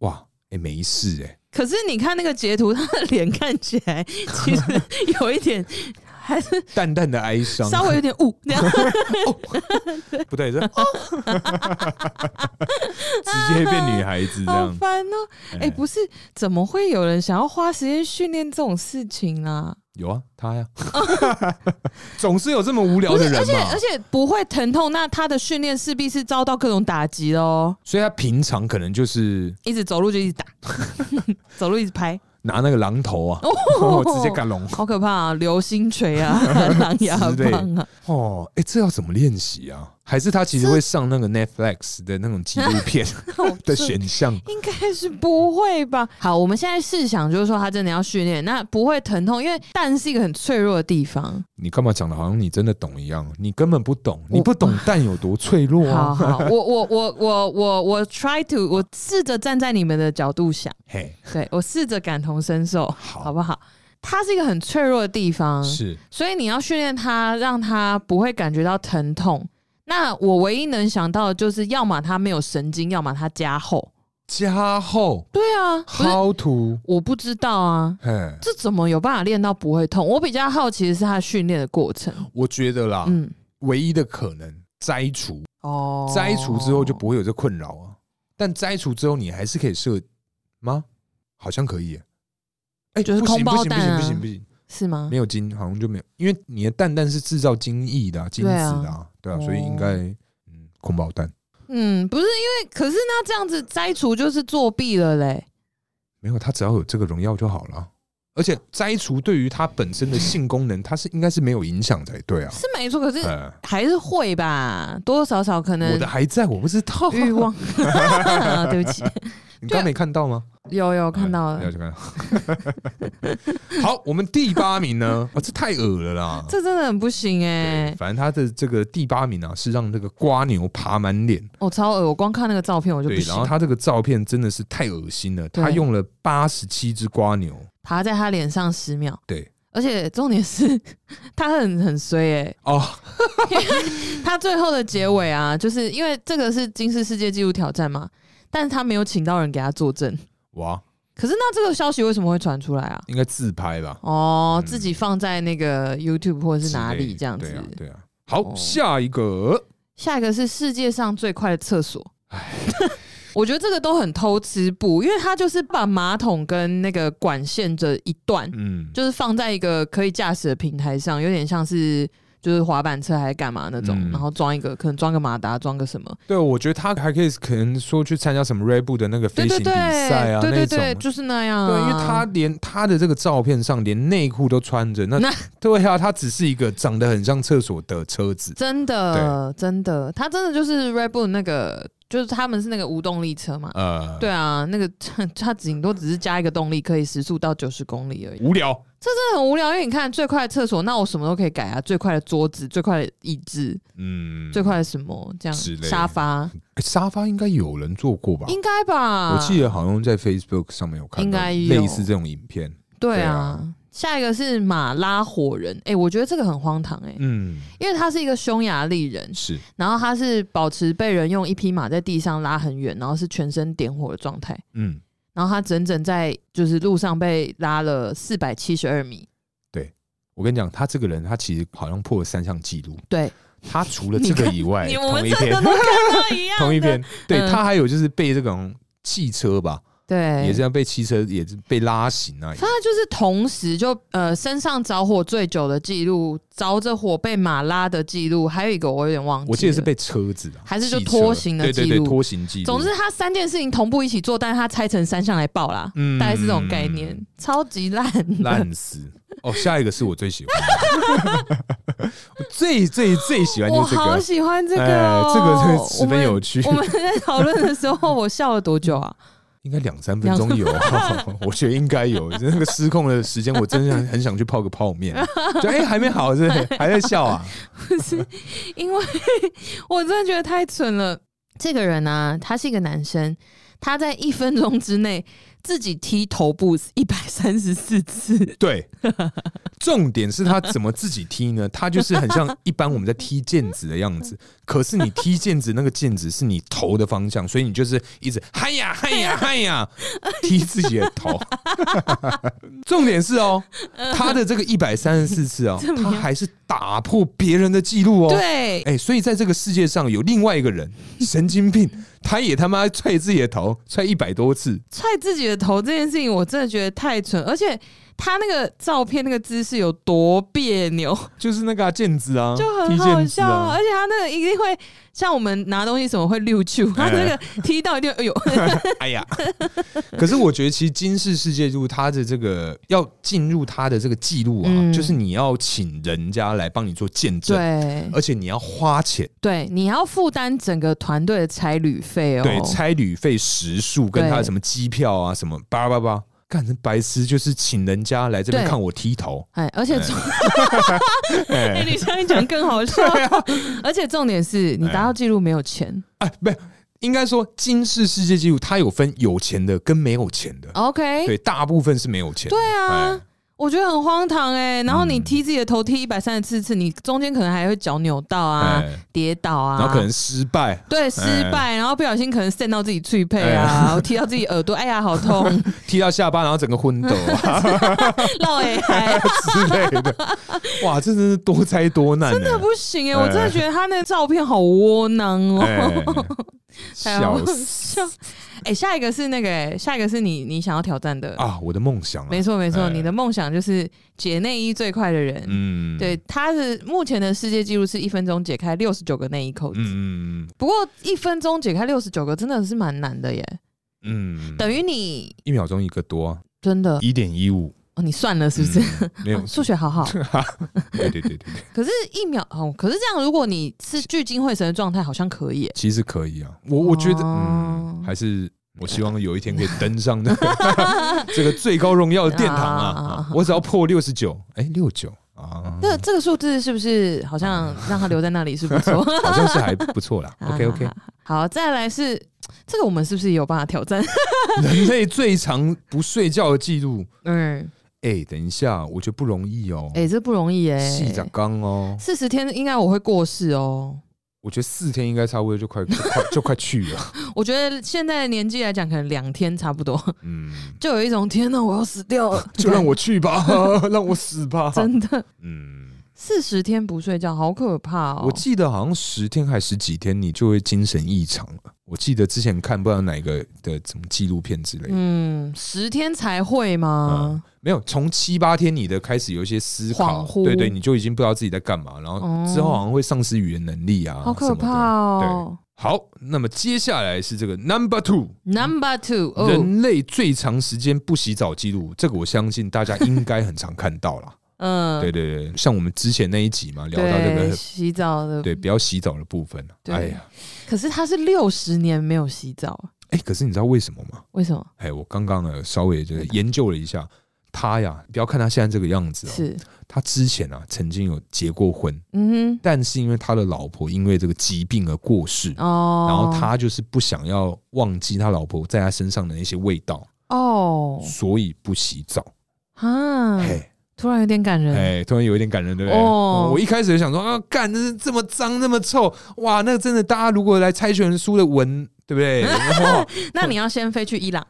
[SPEAKER 1] 哇，哎、没事哎、
[SPEAKER 2] 可是你看那个截图，她的脸看起来 其实有一点，还是
[SPEAKER 1] 淡淡的哀伤， 哦
[SPEAKER 2] 稍微有点雾这样。
[SPEAKER 1] 不对，这、哦、 直接变女孩子这
[SPEAKER 2] 好
[SPEAKER 1] 样，
[SPEAKER 2] 烦哦！哎、不是，怎么会有人想要花时间训练这种事情啊？
[SPEAKER 1] 有啊，他呀， 总是有这么无聊
[SPEAKER 2] 哦
[SPEAKER 1] 的
[SPEAKER 2] 不是，
[SPEAKER 1] 人
[SPEAKER 2] 而且
[SPEAKER 1] 嘛
[SPEAKER 2] 而，且不会疼痛，那他的训练势必是遭到各种打击的哦。
[SPEAKER 1] 所以他平常可能就是
[SPEAKER 2] 一直走路就一直打， 走路一直拍，
[SPEAKER 1] 拿那个榔头啊，
[SPEAKER 2] 哦
[SPEAKER 1] 哦，直接干龙
[SPEAKER 2] 好可怕啊！流星锤 啊，狼牙
[SPEAKER 1] 之类
[SPEAKER 2] 棒啊，
[SPEAKER 1] 哦，哎、这要怎么练习啊？还是他其实会上那个 Netflix 的那种纪录 片的选项？
[SPEAKER 2] 应该是不会吧？好，我们现在试想，就是说他真的要训练，那不会疼痛，因为蛋是一个很脆弱的地方。
[SPEAKER 1] 你干嘛讲的好像你真的懂一样？你根本不懂，你
[SPEAKER 2] 我
[SPEAKER 1] 不懂蛋有多脆弱
[SPEAKER 2] 哦好
[SPEAKER 1] 啊！
[SPEAKER 2] 好，我我我我我我 try to，我试着站在你们的角度想。
[SPEAKER 1] 嘿，
[SPEAKER 2] 对我试着感同身受，
[SPEAKER 1] 好
[SPEAKER 2] 好不好？它是一个很脆弱的地方，
[SPEAKER 1] 是
[SPEAKER 2] 所以你要训练它，让它不会感觉到疼痛。那我唯一能想到的就是，要么它没有神经，要么它加厚。
[SPEAKER 1] 加厚
[SPEAKER 2] 对啊，不是，
[SPEAKER 1] how to，
[SPEAKER 2] 我不知道啊，
[SPEAKER 1] 嘿，
[SPEAKER 2] 这怎么有办法练到不会痛？我比较好奇的是它训练的过程。
[SPEAKER 1] 我觉得啦，
[SPEAKER 2] 嗯，
[SPEAKER 1] 唯一的可能摘除，
[SPEAKER 2] 哦，
[SPEAKER 1] 摘除之后就不会有这困扰啊。但摘除之后，你还是可以射吗？好像可以耶。哎，
[SPEAKER 2] 就是
[SPEAKER 1] 不行
[SPEAKER 2] 空包蛋啊
[SPEAKER 1] 不行不行不行不
[SPEAKER 2] 是吗
[SPEAKER 1] 行，没？有精好像就没有，因为你的蛋蛋是制造精液的啊精子的
[SPEAKER 2] 哦
[SPEAKER 1] 啊，对啊，所以应该嗯空包蛋
[SPEAKER 2] 嗯，不是，因为可是那这样子摘除就是作弊了嘞。
[SPEAKER 1] 没有，他只要有这个荣耀就好了。啊而且摘除对于它本身的性功能，它是应该是没有影响才对啊。
[SPEAKER 2] 是没错，可是
[SPEAKER 1] 呃，
[SPEAKER 2] 还是会吧，多多少少可 能
[SPEAKER 1] 我的还在，我不知道。
[SPEAKER 2] 欲望，对不起，
[SPEAKER 1] 你刚没看到吗？
[SPEAKER 2] 有有看到
[SPEAKER 1] 哎了
[SPEAKER 2] 了，
[SPEAKER 1] 解看到。 好，我们第八名呢？啊，这太恶了啦！
[SPEAKER 2] 这真的很不行哎、
[SPEAKER 1] 对，反正他的这个第八名啊，是让这个瓜牛爬满脸。
[SPEAKER 2] 我、哦超恶，我光看那个照片我就
[SPEAKER 1] 对
[SPEAKER 2] 不，行
[SPEAKER 1] 然。后他这个照片真的是太恶心了，
[SPEAKER 2] 对
[SPEAKER 1] 他用了八十七只瓜牛。
[SPEAKER 2] 爬在他脸上十秒，
[SPEAKER 1] 对，
[SPEAKER 2] 而且重点是他很很衰哎、
[SPEAKER 1] 哦，
[SPEAKER 2] 他最后的结尾啊，就是因为这个是金氏世界纪录挑战嘛，但是他没有请到人给他作证。
[SPEAKER 1] 哇，
[SPEAKER 2] 可是那这个消息为什么会传出来啊？
[SPEAKER 1] 应该自拍吧？
[SPEAKER 2] 哦，
[SPEAKER 1] 嗯
[SPEAKER 2] 自己放在那个 YouTube 或者是哪
[SPEAKER 1] 之类
[SPEAKER 2] 里
[SPEAKER 1] 的
[SPEAKER 2] 这样子
[SPEAKER 1] 对。啊，对啊。好，
[SPEAKER 2] 哦
[SPEAKER 1] 下一个，
[SPEAKER 2] 下一个是世界上最快的厕所。 我觉得这个都很偷吃步，因为他就是把马桶跟那个管线这一段，
[SPEAKER 1] 嗯，
[SPEAKER 2] 就是放在一个可以驾驶的平台上，有点像是就是滑板车还是干嘛那种，
[SPEAKER 1] 嗯
[SPEAKER 2] 然后装一个可能装个马达，装个什么，
[SPEAKER 1] 对，我觉得他还可以可能说去参加什么 Red Bull 的那个
[SPEAKER 2] 对
[SPEAKER 1] 飞行
[SPEAKER 2] 对
[SPEAKER 1] 比
[SPEAKER 2] 对，
[SPEAKER 1] 赛啊，
[SPEAKER 2] 对对
[SPEAKER 1] 那
[SPEAKER 2] 对，
[SPEAKER 1] 一种。
[SPEAKER 2] 就是那样、啊。
[SPEAKER 1] 对，因为他连他的这个照片上连内裤都穿着，那
[SPEAKER 2] 那
[SPEAKER 1] 对啊，他只是一个长得很像厕所的车子。
[SPEAKER 2] 真的真的，他真的就是 Red Bull 那个，就是他们是那个无动力车嘛。
[SPEAKER 1] 呃，
[SPEAKER 2] 对，啊，那个它顶多只是加一个动力，可以时速到九十公里而已，
[SPEAKER 1] 无聊。
[SPEAKER 2] 真的很无聊。因为你看最快的厕所，那我什么都可以改啊，最快的桌子、最快的椅子、
[SPEAKER 1] 嗯，
[SPEAKER 2] 最快的什么这样
[SPEAKER 1] 之类的
[SPEAKER 2] 沙发，
[SPEAKER 1] 欸沙发应该有人做过吧？
[SPEAKER 2] 应该吧？
[SPEAKER 1] 我记得好像在 Facebook 上面有看
[SPEAKER 2] 应
[SPEAKER 1] 到
[SPEAKER 2] 该有
[SPEAKER 1] 类似这种影片。
[SPEAKER 2] 对
[SPEAKER 1] 对
[SPEAKER 2] 啊
[SPEAKER 1] 啊。
[SPEAKER 2] 下一个是马拉火人，哎、我觉得这个很荒唐哎、
[SPEAKER 1] 嗯，
[SPEAKER 2] 因为他是一个匈牙利人，
[SPEAKER 1] 是
[SPEAKER 2] 然后他是保持被人用一匹马在地上拉很远，然后是全身点火的状态，
[SPEAKER 1] 嗯，
[SPEAKER 2] 然后他整整在就是路上被拉了四百七十二米。
[SPEAKER 1] 我跟你讲，他这个人他其实好像破了三项纪录。
[SPEAKER 2] 对，
[SPEAKER 1] 他除了这个以外，
[SPEAKER 2] 你我们
[SPEAKER 1] 哎同一
[SPEAKER 2] 真的
[SPEAKER 1] 篇
[SPEAKER 2] 都看到一样的
[SPEAKER 1] 同一篇，对
[SPEAKER 2] 嗯
[SPEAKER 1] 他还有就是被这种汽车吧，
[SPEAKER 2] 对，
[SPEAKER 1] 也是要被汽车也是被拉行啊。
[SPEAKER 2] 他就是同时就呃身上着火最久的记录，着着火被马拉的记录，还有一个我有点忘记了，
[SPEAKER 1] 我记得是被车子啊，
[SPEAKER 2] 还是就
[SPEAKER 1] 汽车
[SPEAKER 2] 拖行的
[SPEAKER 1] 对对
[SPEAKER 2] 记
[SPEAKER 1] 对，
[SPEAKER 2] 录
[SPEAKER 1] 拖行记录。
[SPEAKER 2] 总之，他三件事情同步一起做，但是他拆成三项来报啦，
[SPEAKER 1] 嗯
[SPEAKER 2] 大概是这种概念，超级烂的。
[SPEAKER 1] 烂死哦！下一个是我最喜欢的，我最最最喜欢
[SPEAKER 2] 我
[SPEAKER 1] 就是这
[SPEAKER 2] 好
[SPEAKER 1] 个，
[SPEAKER 2] 喜欢这个、
[SPEAKER 1] 哎
[SPEAKER 2] 哦
[SPEAKER 1] 这个真的十分有趣
[SPEAKER 2] 我们我们在讨论的时候，我笑了多久啊？
[SPEAKER 1] 应该两三分钟有，我觉得应该有。那个失控的时间，我真的很很想去泡个泡面。就哎、还没好是不是还在笑啊？
[SPEAKER 2] 因为我真的觉得太蠢了。这个人啊，他是一个男生，他在一分钟之内自己踢头部一百三十四次，
[SPEAKER 1] 对， 重点是他怎么自己踢呢？他就是很像一般我们在踢毽子的样 子，可是你踢毽子那个毽子是你头的方向，所以你就是一直嗨呀嗨呀嗨呀踢自己的头。 重点是哦，他的这个一百三十四次 哦，他还是打破别人的记录哦。。
[SPEAKER 2] 对，
[SPEAKER 1] 哎、所以在这个世界上有另外一个人，神经 病，他也他妈踹自己的头，踹一百多次，
[SPEAKER 2] 踹自己的头这件事情，我真的觉得太蠢，而且他那个照片那个姿势有多别扭。
[SPEAKER 1] 就是那个啊毽、子啊，
[SPEAKER 2] 就
[SPEAKER 1] 踢
[SPEAKER 2] 很好
[SPEAKER 1] 毽子
[SPEAKER 2] 笑，
[SPEAKER 1] 啊
[SPEAKER 2] 而，且他那个一定会像我们拿东西什么会溜球，他那个踢到一定，哎 呦，
[SPEAKER 1] 哎呀，可是我觉得其实金氏世界纪录它的这个要进入它的这个记录啊，
[SPEAKER 2] 嗯
[SPEAKER 1] 就是你要请人家来帮你做见证。
[SPEAKER 2] 对
[SPEAKER 1] 而且你要花钱，
[SPEAKER 2] 对，你要负担整个团队的差旅费哦。
[SPEAKER 1] 对，差旅费、食宿跟他
[SPEAKER 2] 对
[SPEAKER 1] 的什么机票啊，什么叭叭叭，干这白痴就是请人家来这边
[SPEAKER 2] 对
[SPEAKER 1] 看我剃头，
[SPEAKER 2] 哎，而且重，
[SPEAKER 1] 哎、啊
[SPEAKER 2] 哎，你这样讲更 好笑。而且重点是你达到记录没有钱
[SPEAKER 1] 哎，不，应该说金氏世界纪录它有分有钱的跟没有钱的，
[SPEAKER 2] ，OK？
[SPEAKER 1] 哎对，大部分是没有钱的。
[SPEAKER 2] 哎对啊
[SPEAKER 1] 哎，
[SPEAKER 2] 我觉得很荒唐哎。然后你
[SPEAKER 1] 嗯
[SPEAKER 2] 踢自己的头踢一百三十四次，你中间可能还会脚扭到啊
[SPEAKER 1] 哎，
[SPEAKER 2] 跌倒啊，
[SPEAKER 1] 然后可能哎失败，
[SPEAKER 2] 对，失败，然后不小心可能扇到自己脆配啊，我踢到自己耳朵，哎呀，好 痛，
[SPEAKER 1] 踢到下巴，然后整个昏抖啊
[SPEAKER 2] 闹哎嗨，
[SPEAKER 1] 之类的。哇，这真是多灾多难、欸，真
[SPEAKER 2] 真的不行哎、我真的觉得他那照片好窝囊哦、
[SPEAKER 1] 哎，
[SPEAKER 2] 太好
[SPEAKER 1] 笑死
[SPEAKER 2] 笑。哎、下一个是那个、哎，下一个是你你想要挑战的，
[SPEAKER 1] 啊！我的梦想、啊，
[SPEAKER 2] 没错没错，
[SPEAKER 1] 哎
[SPEAKER 2] 你的梦想就是解内衣最快的人。
[SPEAKER 1] 嗯，
[SPEAKER 2] 对，他的目前的世界纪录是一分钟解开六十九个内衣扣子，
[SPEAKER 1] 嗯，嗯
[SPEAKER 2] 不过一分钟解开六十九个真的是蛮难的耶，
[SPEAKER 1] 嗯嗯，
[SPEAKER 2] 等于你
[SPEAKER 1] 一秒钟一个多啊，
[SPEAKER 2] 真的
[SPEAKER 1] 一点一五，
[SPEAKER 2] 哦，你算了是不是？
[SPEAKER 1] 嗯？没有
[SPEAKER 2] 啊， 数学好好，
[SPEAKER 1] 对对对对对，
[SPEAKER 2] 可是，一秒哦，可是这样，如果你是聚精会神的状态，好像可以耶。
[SPEAKER 1] 其实可以啊，我我觉得，
[SPEAKER 2] 哦
[SPEAKER 1] 嗯，还是我希望有一天可以登上那个 这个最高荣耀的殿堂
[SPEAKER 2] 啊
[SPEAKER 1] 啊！
[SPEAKER 2] 啊啊
[SPEAKER 1] 啊我只要破六十九，哎，六九啊，
[SPEAKER 2] 那这个数字是不是好像让它留在那里是不 错
[SPEAKER 1] 好像是还不错 啦。OK OK，
[SPEAKER 2] 好，再来是这个，我们是不是也有办法挑 战？
[SPEAKER 1] 人类最长不睡觉的记录，
[SPEAKER 2] 嗯，
[SPEAKER 1] 哎，等一下，我觉得不容易哦，
[SPEAKER 2] 哎、这不容易哎、
[SPEAKER 1] 细长刚哦，
[SPEAKER 2] 四十天应该我会过世哦。
[SPEAKER 1] 我觉得四天应该差不多就快就 快就快去 了。
[SPEAKER 2] 我觉得现在的年纪来讲，可能两天差不多，
[SPEAKER 1] 嗯，
[SPEAKER 2] 就有一种天哪，我要死 掉了，
[SPEAKER 1] 就让我去吧， 让我死吧。
[SPEAKER 2] 哦真的
[SPEAKER 1] 嗯，
[SPEAKER 2] 四十天不睡觉，好可怕哦
[SPEAKER 1] 我！记得好像十天还十几天，你就会精神异常了。我记得之前看不知道哪个的什么纪录片之类的。
[SPEAKER 2] 嗯，十天才会吗？
[SPEAKER 1] 没有，从七八天你的开始有一些思考
[SPEAKER 2] 恍，惚
[SPEAKER 1] 对对，你就已经不知道自己在干嘛，然后
[SPEAKER 2] 哦
[SPEAKER 1] 之后好像会丧失语言能力啊，
[SPEAKER 2] 好可怕
[SPEAKER 1] 什么的。
[SPEAKER 2] 哦
[SPEAKER 1] 对，好，那么接下来是这个 number two，、
[SPEAKER 2] ！Number two，哦，
[SPEAKER 1] 人类最长时间不洗澡记录，这个我相信大家应该很常看到啦。
[SPEAKER 2] 嗯，
[SPEAKER 1] 对对对，像我们之前那一集嘛，聊到这
[SPEAKER 2] 对
[SPEAKER 1] 个
[SPEAKER 2] 洗澡的，
[SPEAKER 1] 对不要洗澡的部分啊。
[SPEAKER 2] 对
[SPEAKER 1] 哎呀，
[SPEAKER 2] 可是他是六十年没有洗澡，
[SPEAKER 1] 哎，可是你知道为什么吗？
[SPEAKER 2] 为什么？
[SPEAKER 1] 哎，我刚刚呢稍微就是研究了一下，他呀，不要看他现在这个样子、哦，
[SPEAKER 2] 是，
[SPEAKER 1] 他之前啊曾经有结过婚，
[SPEAKER 2] 嗯
[SPEAKER 1] 但是因为他的老婆因为这个疾病而过世，
[SPEAKER 2] 哼，哦，
[SPEAKER 1] 然后他就是不想要忘记他老婆在他身上的那些味道，
[SPEAKER 2] 哦
[SPEAKER 1] 所以不洗澡。
[SPEAKER 2] 啊，
[SPEAKER 1] 嘿，
[SPEAKER 2] 突然有点感人，
[SPEAKER 1] 哎，突然有一点感人，对不对？
[SPEAKER 2] 嗯哦
[SPEAKER 1] 我一开始就想说啊，干，这这么脏，那么臭，哇，那真的，大家如果来猜拳输的闻，对不 对？哇
[SPEAKER 2] 那你要先飞去伊朗，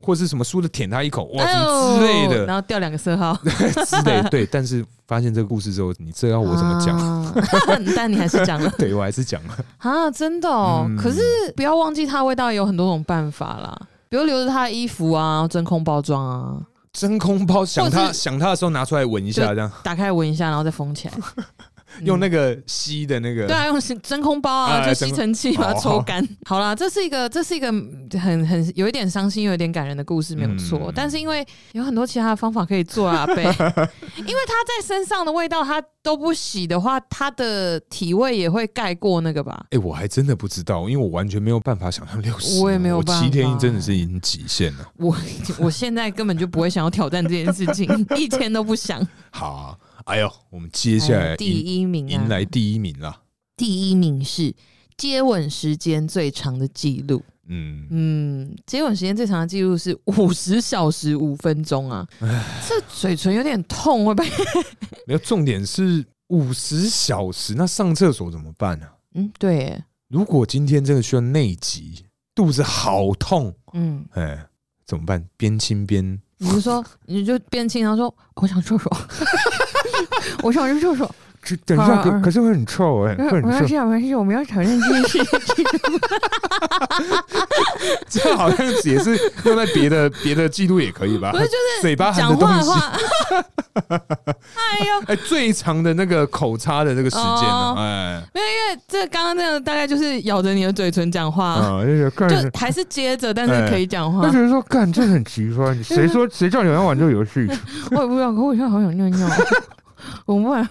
[SPEAKER 1] 或是什么输的舔他一口，哇，
[SPEAKER 2] 哎
[SPEAKER 1] 什么
[SPEAKER 2] 呦
[SPEAKER 1] 之类的，哎
[SPEAKER 2] 然后掉两个色号，
[SPEAKER 1] 之类的对。但是发现这个故事之后，你这要我怎么讲？
[SPEAKER 2] 啊？ 但你还是讲了
[SPEAKER 1] 对我还是讲了，
[SPEAKER 2] 啊，真的哦
[SPEAKER 1] 嗯。
[SPEAKER 2] 可是不要忘记，它味道也有很多种办法啦，比如留着它的衣服啊，真空包 装啊，
[SPEAKER 1] 真空包想
[SPEAKER 2] 或
[SPEAKER 1] 他
[SPEAKER 2] 是
[SPEAKER 1] 想他的时候拿出来闻一下，
[SPEAKER 2] 就
[SPEAKER 1] 这样
[SPEAKER 2] 打开闻一下，然后再封起来。
[SPEAKER 1] 用那
[SPEAKER 2] 个
[SPEAKER 1] 个吸的那个，
[SPEAKER 2] 对啊，用真空包啊，
[SPEAKER 1] 哎
[SPEAKER 2] 就吸尘器把它
[SPEAKER 1] 真空哦
[SPEAKER 2] 抽干。 好啦，这是一个这是一个嗯很很有一点伤心，有一点感人的故事，没有错
[SPEAKER 1] 嗯。
[SPEAKER 2] 但是因为有很多其他的方法可以做啊， 贝，因为它在身上的味道，它都不洗的话，它的体味也会盖过那个吧。
[SPEAKER 1] 哎、我还真的不知道，因为我完全没有办法想象六十，
[SPEAKER 2] 我也没有办法
[SPEAKER 1] 七天真的是已经极限了。
[SPEAKER 2] 我 我现在根本就不会想要挑战这件事情， 一天都不想。
[SPEAKER 1] 好啊、哎呦，我们接下来
[SPEAKER 2] 哎第
[SPEAKER 1] 迎
[SPEAKER 2] 一名
[SPEAKER 1] 迎
[SPEAKER 2] 啊，
[SPEAKER 1] 来第一名啦。
[SPEAKER 2] 第一名是接吻时间最长的记录。
[SPEAKER 1] 嗯，
[SPEAKER 2] 嗯，接吻时间最长的记录是五十小时五分钟啊，这嘴唇有点痛，会被
[SPEAKER 1] 没有，重点是五十小时，那上厕所怎么办呢、
[SPEAKER 2] 嗯对耶，
[SPEAKER 1] 如果今天真的需要内急，肚子好痛，
[SPEAKER 2] 嗯，
[SPEAKER 1] 哎、怎么办？边亲边
[SPEAKER 2] 你就说你就变轻，然后说我想厕所，
[SPEAKER 1] 啊
[SPEAKER 2] 我想去厕所，
[SPEAKER 1] 这等
[SPEAKER 2] 一下可可
[SPEAKER 1] 是会很臭哎、
[SPEAKER 2] 啊没关。系啊，没关系，我们要承认这件事情。
[SPEAKER 1] 这好像也是用在别 的别的记录也可以吧？
[SPEAKER 2] 不是就是
[SPEAKER 1] 嘴巴含
[SPEAKER 2] 讲
[SPEAKER 1] 的东
[SPEAKER 2] 话的
[SPEAKER 1] 西，
[SPEAKER 2] 话，哎呦，
[SPEAKER 1] 哎、最长的那个口擦的这个时间呢、
[SPEAKER 2] 哦
[SPEAKER 1] 哎、
[SPEAKER 2] 没有，因为这刚刚那个大概就是咬着你的嘴唇讲话，
[SPEAKER 1] 啊，就是干
[SPEAKER 2] 就还是接着，但是可以讲话。
[SPEAKER 1] 是说干这很奇怪， 谁说谁叫你玩玩这个游戏？
[SPEAKER 2] 我也不知道，可我现在好想尿尿。我们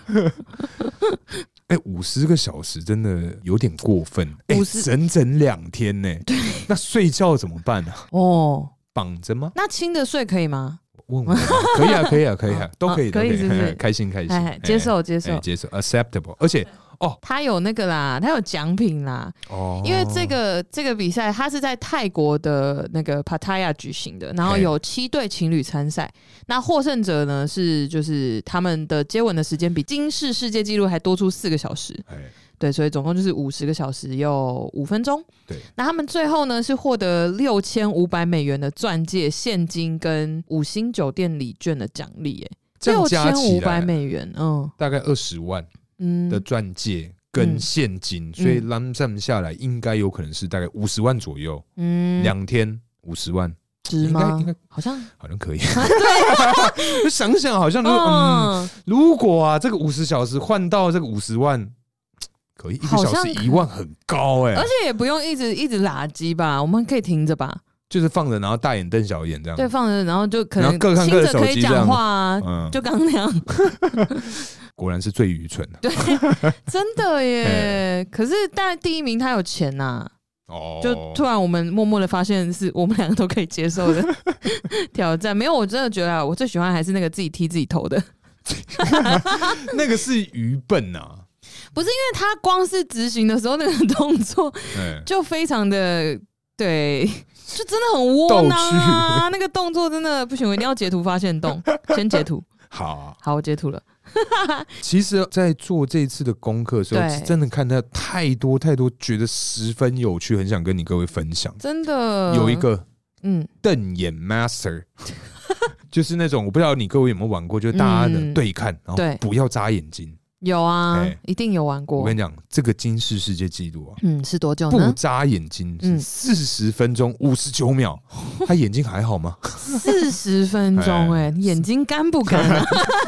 [SPEAKER 1] 哎、五十个小时真的有点过分，哎、
[SPEAKER 2] 50
[SPEAKER 1] 整整两天呢、那睡觉怎么办呢、啊？
[SPEAKER 2] 哦，
[SPEAKER 1] 绑着吗？
[SPEAKER 2] 那轻的睡可以吗？
[SPEAKER 1] 问我吗可以啊，可以啊，可 以啊，都可以，
[SPEAKER 2] 啊可以
[SPEAKER 1] 都
[SPEAKER 2] 是不是
[SPEAKER 1] 开心开心，
[SPEAKER 2] 哎，接受接
[SPEAKER 1] 哎
[SPEAKER 2] 受，
[SPEAKER 1] 接受，acceptable，而且
[SPEAKER 2] 他有那个啦，他有奖品啦，
[SPEAKER 1] 哦，
[SPEAKER 2] 因为这个这个比赛它是在泰国的那个 Pattaya 举行的，然后
[SPEAKER 1] 嘿
[SPEAKER 2] 有七对情侣参赛，那获胜者呢是就是他们的接吻的时间比金氏世界纪录还多出四个小时，
[SPEAKER 1] 哎
[SPEAKER 2] 对，所以总共就是五十个小时又五分钟。
[SPEAKER 1] 对，
[SPEAKER 2] 那他们最后呢是获得六千五百美元的钻戒、现金跟五星酒店礼券的奖励，耶，
[SPEAKER 1] 这样
[SPEAKER 2] 六
[SPEAKER 1] 加
[SPEAKER 2] 千
[SPEAKER 1] 起
[SPEAKER 2] 五百
[SPEAKER 1] 来
[SPEAKER 2] 美元，嗯
[SPEAKER 1] 大概二十万
[SPEAKER 2] 嗯
[SPEAKER 1] 的钻戒跟
[SPEAKER 2] 嗯
[SPEAKER 1] 现金，所以 l a m s a m 下来应该有可能是大概五十万左右，
[SPEAKER 2] 嗯，
[SPEAKER 1] 两天五十万，
[SPEAKER 2] 值
[SPEAKER 1] 应该
[SPEAKER 2] 吗
[SPEAKER 1] 应？该
[SPEAKER 2] 好像，
[SPEAKER 1] 好像 可以。 就想想好像如果嗯，
[SPEAKER 2] 嗯，
[SPEAKER 1] 如果啊，这个五十小时换到这个五十万，可以一个
[SPEAKER 2] 好
[SPEAKER 1] 小
[SPEAKER 2] 像
[SPEAKER 1] 时一万很高哎
[SPEAKER 2] 而，且也不用一直一直拉机吧，我们可以停着吧，
[SPEAKER 1] 就是放着然后大眼瞪小眼这样，
[SPEAKER 2] 对，放着，然后就可
[SPEAKER 1] 嗯然
[SPEAKER 2] 能
[SPEAKER 1] 后各看各
[SPEAKER 2] 亲
[SPEAKER 1] 的
[SPEAKER 2] 着可
[SPEAKER 1] 手
[SPEAKER 2] 以
[SPEAKER 1] 机这样
[SPEAKER 2] 讲话啊，
[SPEAKER 1] 嗯，
[SPEAKER 2] 就刚那样，
[SPEAKER 1] 果然是最愚蠢的啊
[SPEAKER 2] 对，真的耶。可是，但第一名他有钱呐、啊
[SPEAKER 1] 哦，
[SPEAKER 2] 就突然我们默默的发现是我们两个都可以接 受的挑战。没有，我真的觉得啊我最喜欢还是那个自己踢自己头的，
[SPEAKER 1] 那个是愚笨呐、啊，
[SPEAKER 2] 不是因为他光是执行的时候那个动作
[SPEAKER 1] 哎，
[SPEAKER 2] 就非常的对，就真的很窝囊啊！那个动作真的不行，我一定要截图发现动，先截图。
[SPEAKER 1] 好啊、
[SPEAKER 2] 好，我截图了。
[SPEAKER 1] 其实，呃在做这次的功课的时候，
[SPEAKER 2] 对
[SPEAKER 1] 是真的看到太多太多，觉得十分有趣，很想跟你各位分享。
[SPEAKER 2] 真的
[SPEAKER 1] 有一，个
[SPEAKER 2] 嗯，
[SPEAKER 1] 瞪眼 master，就是那种我不知道你各位有没有玩过，就是大家的
[SPEAKER 2] 嗯
[SPEAKER 1] 对看，然
[SPEAKER 2] 对
[SPEAKER 1] 后不要眨眼睛。
[SPEAKER 2] 有啊
[SPEAKER 1] 哎，
[SPEAKER 2] 一定有玩
[SPEAKER 1] 我
[SPEAKER 2] 过
[SPEAKER 1] 跟。你讲，这个金氏世界纪录啊，
[SPEAKER 2] 嗯，是多久
[SPEAKER 1] 不
[SPEAKER 2] 呢？
[SPEAKER 1] 眨眼睛
[SPEAKER 2] 嗯
[SPEAKER 1] 四十分钟五十九 秒，他眼睛还好吗？
[SPEAKER 2] 四十分钟，哎，你眼睛干不干
[SPEAKER 1] 哎
[SPEAKER 2] 啊？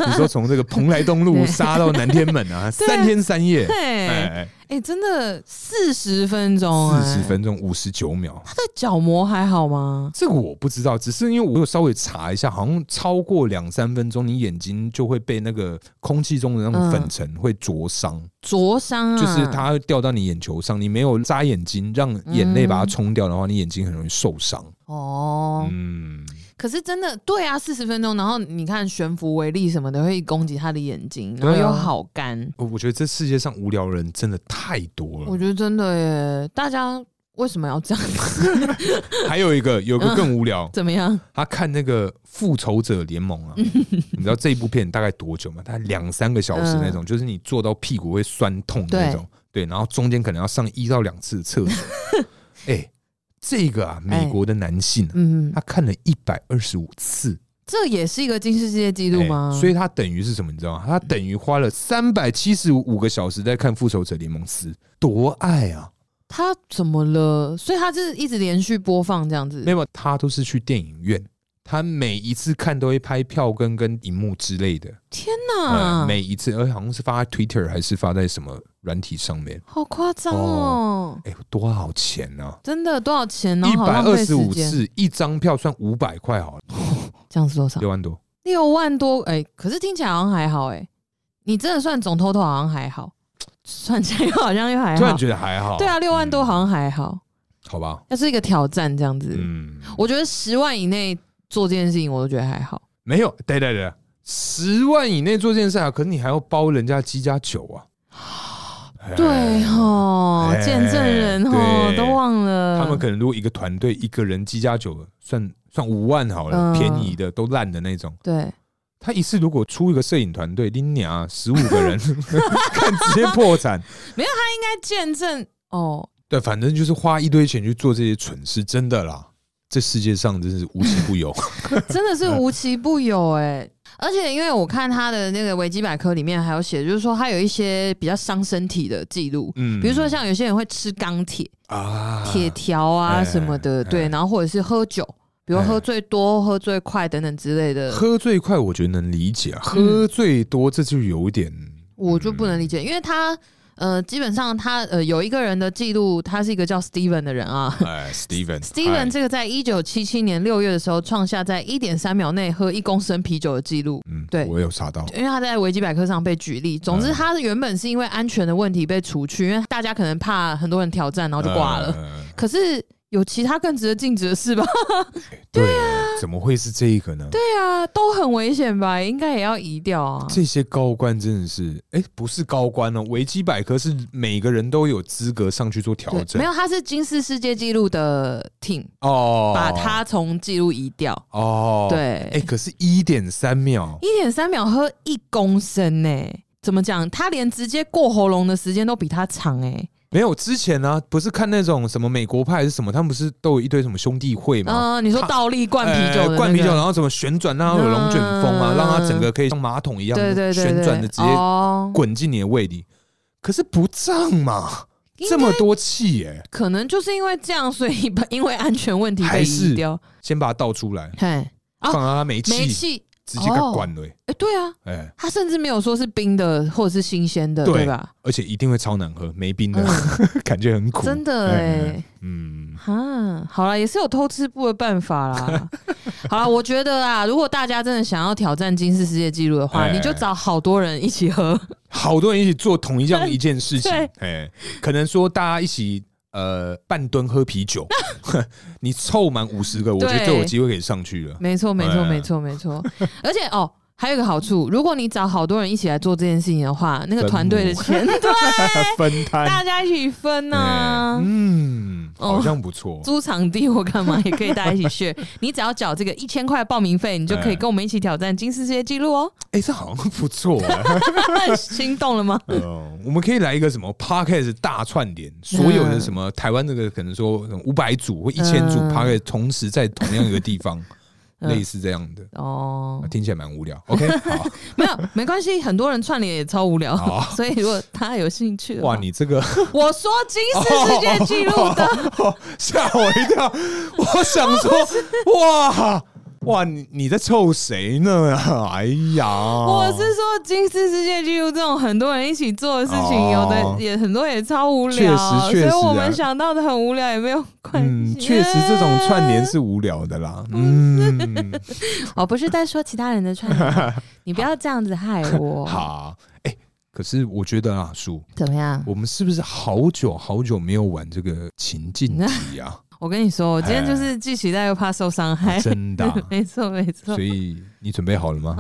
[SPEAKER 1] 你说从这个蓬莱东路
[SPEAKER 2] 对
[SPEAKER 1] 杀到南天门啊，
[SPEAKER 2] 对
[SPEAKER 1] 三天三夜，
[SPEAKER 2] 对，
[SPEAKER 1] 哎，
[SPEAKER 2] 哎，真的四十分钟，哎
[SPEAKER 1] 四十，分钟五十九秒，
[SPEAKER 2] 他的角膜还好吗？
[SPEAKER 1] 这个我不知道，只是因为我有稍微查一下，好像超过两三分钟，你眼睛就会被那个空气中的那种粉
[SPEAKER 2] 嗯
[SPEAKER 1] 尘会灼伤，
[SPEAKER 2] 灼伤啊，
[SPEAKER 1] 就是它会掉到你眼球上。你没有眨眼睛，让眼泪把它冲掉的话，你眼睛很容易受伤。
[SPEAKER 2] 嗯哦。
[SPEAKER 1] 嗯，
[SPEAKER 2] 可是真的，对啊，四十分钟，然后你看悬浮微粒什么的会攻击他的眼睛，然
[SPEAKER 1] 对
[SPEAKER 2] 后
[SPEAKER 1] 啊
[SPEAKER 2] 又好干，
[SPEAKER 1] 我我觉得这世界上无聊人真的太多
[SPEAKER 2] 我
[SPEAKER 1] 了。
[SPEAKER 2] 觉得真的耶，大家为什么要这样？
[SPEAKER 1] 还有一个，有
[SPEAKER 2] 嗯
[SPEAKER 1] 个更无聊，
[SPEAKER 2] 怎 么样？
[SPEAKER 1] 他看那个《复仇者联盟》 啊，你知道这一部片大概多久吗？大概两三个小
[SPEAKER 2] 嗯
[SPEAKER 1] 时那种，就是你坐到屁股会酸痛的那种。对，然后中间可能要上一到两次的厕 所。哎、这个啊，美国的男性啊、
[SPEAKER 2] 嗯，
[SPEAKER 1] 他看了一百二十五次，
[SPEAKER 2] 这也是一个金世界纪录吗？
[SPEAKER 1] 哎所以他等于是什么？你知道吗？他等于花了三百七十五个小时在看《复仇者联盟四》，多爱啊！
[SPEAKER 2] 他怎么了？所以他是一直连续播放这样子
[SPEAKER 1] 没。有，他都是去电影院，他每一次看都会拍票根跟荧幕之类的。
[SPEAKER 2] 天
[SPEAKER 1] 呃，
[SPEAKER 2] 哪，
[SPEAKER 1] 每一次，而且好像是发在 Twitter 还是发在什么软体上面。
[SPEAKER 2] 好夸张哦！
[SPEAKER 1] 哎、多少钱呢、
[SPEAKER 2] 真的多少钱？然
[SPEAKER 1] 一
[SPEAKER 2] 后好
[SPEAKER 1] 百
[SPEAKER 2] 浪
[SPEAKER 1] 二
[SPEAKER 2] 费
[SPEAKER 1] 十
[SPEAKER 2] 时
[SPEAKER 1] 五
[SPEAKER 2] 间，
[SPEAKER 1] 次，一张票算五百块好了，
[SPEAKER 2] 这样是多少？
[SPEAKER 1] 六万多。
[SPEAKER 2] 六万多，哎、可是听起来好像还好、哎，你真的算总偷偷好像还好， 算起来又好像又还
[SPEAKER 1] 突然
[SPEAKER 2] 好，
[SPEAKER 1] 觉得还好，
[SPEAKER 2] 对啊，六万多
[SPEAKER 1] 嗯
[SPEAKER 2] 好像还好，
[SPEAKER 1] 好吧。
[SPEAKER 2] 要是一个挑战这样子，
[SPEAKER 1] 嗯，
[SPEAKER 2] 我觉得十万以内做这件事情，我都觉得还好，
[SPEAKER 1] 没有，对对对，十万以内做这件事啊，可是你还要包人家鸡加酒啊。
[SPEAKER 2] 对
[SPEAKER 1] 哎
[SPEAKER 2] 哦，
[SPEAKER 1] 哎
[SPEAKER 2] 见证人哦，
[SPEAKER 1] 对
[SPEAKER 2] 都忘了，
[SPEAKER 1] 他们可能如果一个团队一个人鸡加酒，算算五万好了，
[SPEAKER 2] 嗯
[SPEAKER 1] 便宜的都烂的那种。
[SPEAKER 2] 对，
[SPEAKER 1] 他一次如果出一个摄影团队，拎娘啊十五个人， 看直接破产。
[SPEAKER 2] 应该见证哦，
[SPEAKER 1] 对，反正就是花一堆钱去做这些蠢事，真的啦。这世界上真是无奇不有。
[SPEAKER 2] 真的是无奇不有哎、而且因为我看他的那个维基百科里面还有写，就是说他有一些比较伤身体的记录，
[SPEAKER 1] 嗯
[SPEAKER 2] 比如说像有些人会吃钢铁、
[SPEAKER 1] 啊，
[SPEAKER 2] 铁条啊
[SPEAKER 1] 哎
[SPEAKER 2] 什么的，对，然后或者是喝酒，比如
[SPEAKER 1] 哎
[SPEAKER 2] 喝最多、喝最快等等之类的，
[SPEAKER 1] 喝最快，我觉得能理解啊。
[SPEAKER 2] 嗯
[SPEAKER 1] 喝最多，这就有点
[SPEAKER 2] 我就不能理解，
[SPEAKER 1] 嗯
[SPEAKER 2] 因为他呃，基本上他呃有一个人的记录，他是一个叫 Steven 的人啊。
[SPEAKER 1] 哎，Steven
[SPEAKER 2] Steven 这个在一九七七年六月的时候创下在一点三秒内喝一公升啤酒的记录，
[SPEAKER 1] 嗯，
[SPEAKER 2] 对
[SPEAKER 1] 我有查到。
[SPEAKER 2] 因为他在维基百科上被举例。总之，
[SPEAKER 1] 嗯
[SPEAKER 2] 他原本是因为安全的问题被除去，因为大家可能怕很多人挑战，然后就挂了。
[SPEAKER 1] 呃
[SPEAKER 2] 可是有其他更值得禁止的事吧？
[SPEAKER 1] 对啊，怎么会是这个呢？
[SPEAKER 2] 对啊，都很危险吧？应该也要移掉啊。
[SPEAKER 1] 这些高官真的是，哎，不是高官哦，维基百科是每个人都有资格上去做调
[SPEAKER 2] 对，
[SPEAKER 1] 整
[SPEAKER 2] 没。有，他是金氏世界纪录的 team，
[SPEAKER 1] 哦，
[SPEAKER 2] 把它从记录移掉。
[SPEAKER 1] 哦，，
[SPEAKER 2] 对，
[SPEAKER 1] 哎，可是一点三秒，
[SPEAKER 2] 一点三秒喝一公升呢、怎么讲？他连直接过喉咙的时间都比他长哎、
[SPEAKER 1] 没有，之前呢、不是看那种什么美国派还是什么，他们不是都有一堆什么兄弟会吗？
[SPEAKER 2] 嗯、你说倒立灌啤酒的、那
[SPEAKER 1] 呃
[SPEAKER 2] 个
[SPEAKER 1] 灌啤酒，然后怎么旋转，让它有龙卷风啊，
[SPEAKER 2] 嗯
[SPEAKER 1] 让它整个可以像马桶一样
[SPEAKER 2] 对对对对，
[SPEAKER 1] 旋转的，直接
[SPEAKER 2] 哦，
[SPEAKER 1] 滚进你的胃里。可是不胀嘛，
[SPEAKER 2] 应该
[SPEAKER 1] 这么多气耶、
[SPEAKER 2] 可能就是因为这样，所以把因为安全问题被
[SPEAKER 1] 还是
[SPEAKER 2] 移掉。
[SPEAKER 1] 先把它倒出来，
[SPEAKER 2] 嘿，啊
[SPEAKER 1] 放到它没
[SPEAKER 2] 煤
[SPEAKER 1] 气，
[SPEAKER 2] 气，
[SPEAKER 1] 直接给它灌了、欸。
[SPEAKER 2] 哎、对啊，
[SPEAKER 1] 哎、
[SPEAKER 2] 他甚至没有说是冰的或者是新鲜的，
[SPEAKER 1] 对
[SPEAKER 2] 对吧？
[SPEAKER 1] 而且一定会超难喝，没冰的、
[SPEAKER 2] 嗯，
[SPEAKER 1] 感觉很苦。
[SPEAKER 2] 真的哎、
[SPEAKER 1] 哎嗯，
[SPEAKER 2] 哈，好啦，也是有偷吃布的办法 啦。好啦，我觉得啊，如果大家真的想要挑战金氏世界纪录的话，
[SPEAKER 1] 哎
[SPEAKER 2] 你就找好多人一起喝。
[SPEAKER 1] 好多人一起做同一样一件事情
[SPEAKER 2] 对，
[SPEAKER 1] 哎，可能说大家一起。呃半吨喝啤酒， 你凑满五十个，我觉得
[SPEAKER 2] 对
[SPEAKER 1] 就有机会可以上去 了。
[SPEAKER 2] 没错，没错，
[SPEAKER 1] 哎
[SPEAKER 2] 没错，没错。而且哦，还有一个好处，如果你找好多人一起来做这件事情的话，那个
[SPEAKER 1] 分
[SPEAKER 2] 团队的
[SPEAKER 1] 母
[SPEAKER 2] 钱对，
[SPEAKER 1] 分
[SPEAKER 2] 大
[SPEAKER 1] 摊，
[SPEAKER 2] 家一起分呢、
[SPEAKER 1] 哎嗯，
[SPEAKER 2] 哦
[SPEAKER 1] 好像不错。
[SPEAKER 2] 租场地或干嘛也可以大家一 起 share，你只要缴这个一千块报名费，你就可以
[SPEAKER 1] 哎
[SPEAKER 2] 跟我们一起挑战金世界纪录 哦！
[SPEAKER 1] 哎，这好像不错哎。
[SPEAKER 2] 心动了吗？
[SPEAKER 1] 嗯，我们可以来一个什么 podcast 大串联，所有的什么台湾这个可能说五百组或一千组
[SPEAKER 2] 嗯
[SPEAKER 1] podcast 同时在同样一个地方，
[SPEAKER 2] 嗯
[SPEAKER 1] 类似这样的，
[SPEAKER 2] 哦
[SPEAKER 1] 啊，听起来蛮无 聊。OK，好，
[SPEAKER 2] 没有，没关系，很多人串联也超无聊
[SPEAKER 1] 好，
[SPEAKER 2] 所以如果大家有兴趣的
[SPEAKER 1] 哦
[SPEAKER 2] 话，
[SPEAKER 1] 哇，你哦这个
[SPEAKER 2] 我说金氏世界纪录的，
[SPEAKER 1] 的，吓我一跳！我想 说，哇哇，你你在凑谁呢？ 哎呀，
[SPEAKER 2] 我是说金氏世界纪录这种很多人一起做的事情，有
[SPEAKER 1] 哦
[SPEAKER 2] 的也很多也超无
[SPEAKER 1] 确
[SPEAKER 2] 聊，
[SPEAKER 1] 实确实啊
[SPEAKER 2] 所以我们想到的很无聊也没有关系。
[SPEAKER 1] 嗯，确实这种串联是无聊的啦。嗯，
[SPEAKER 2] 哦，不是在说其他人的 串联，你不要这样子害我。，
[SPEAKER 1] 好，哎、可是我觉得啊，叔，
[SPEAKER 2] 怎么样？
[SPEAKER 1] 我们是不是好久好久没有玩这个情 境题啊？
[SPEAKER 2] 我跟你说，我今天就是既期待又怕受伤害，
[SPEAKER 1] 真的啊、
[SPEAKER 2] 哎 没错没错啊
[SPEAKER 1] 所。以你准备好了吗？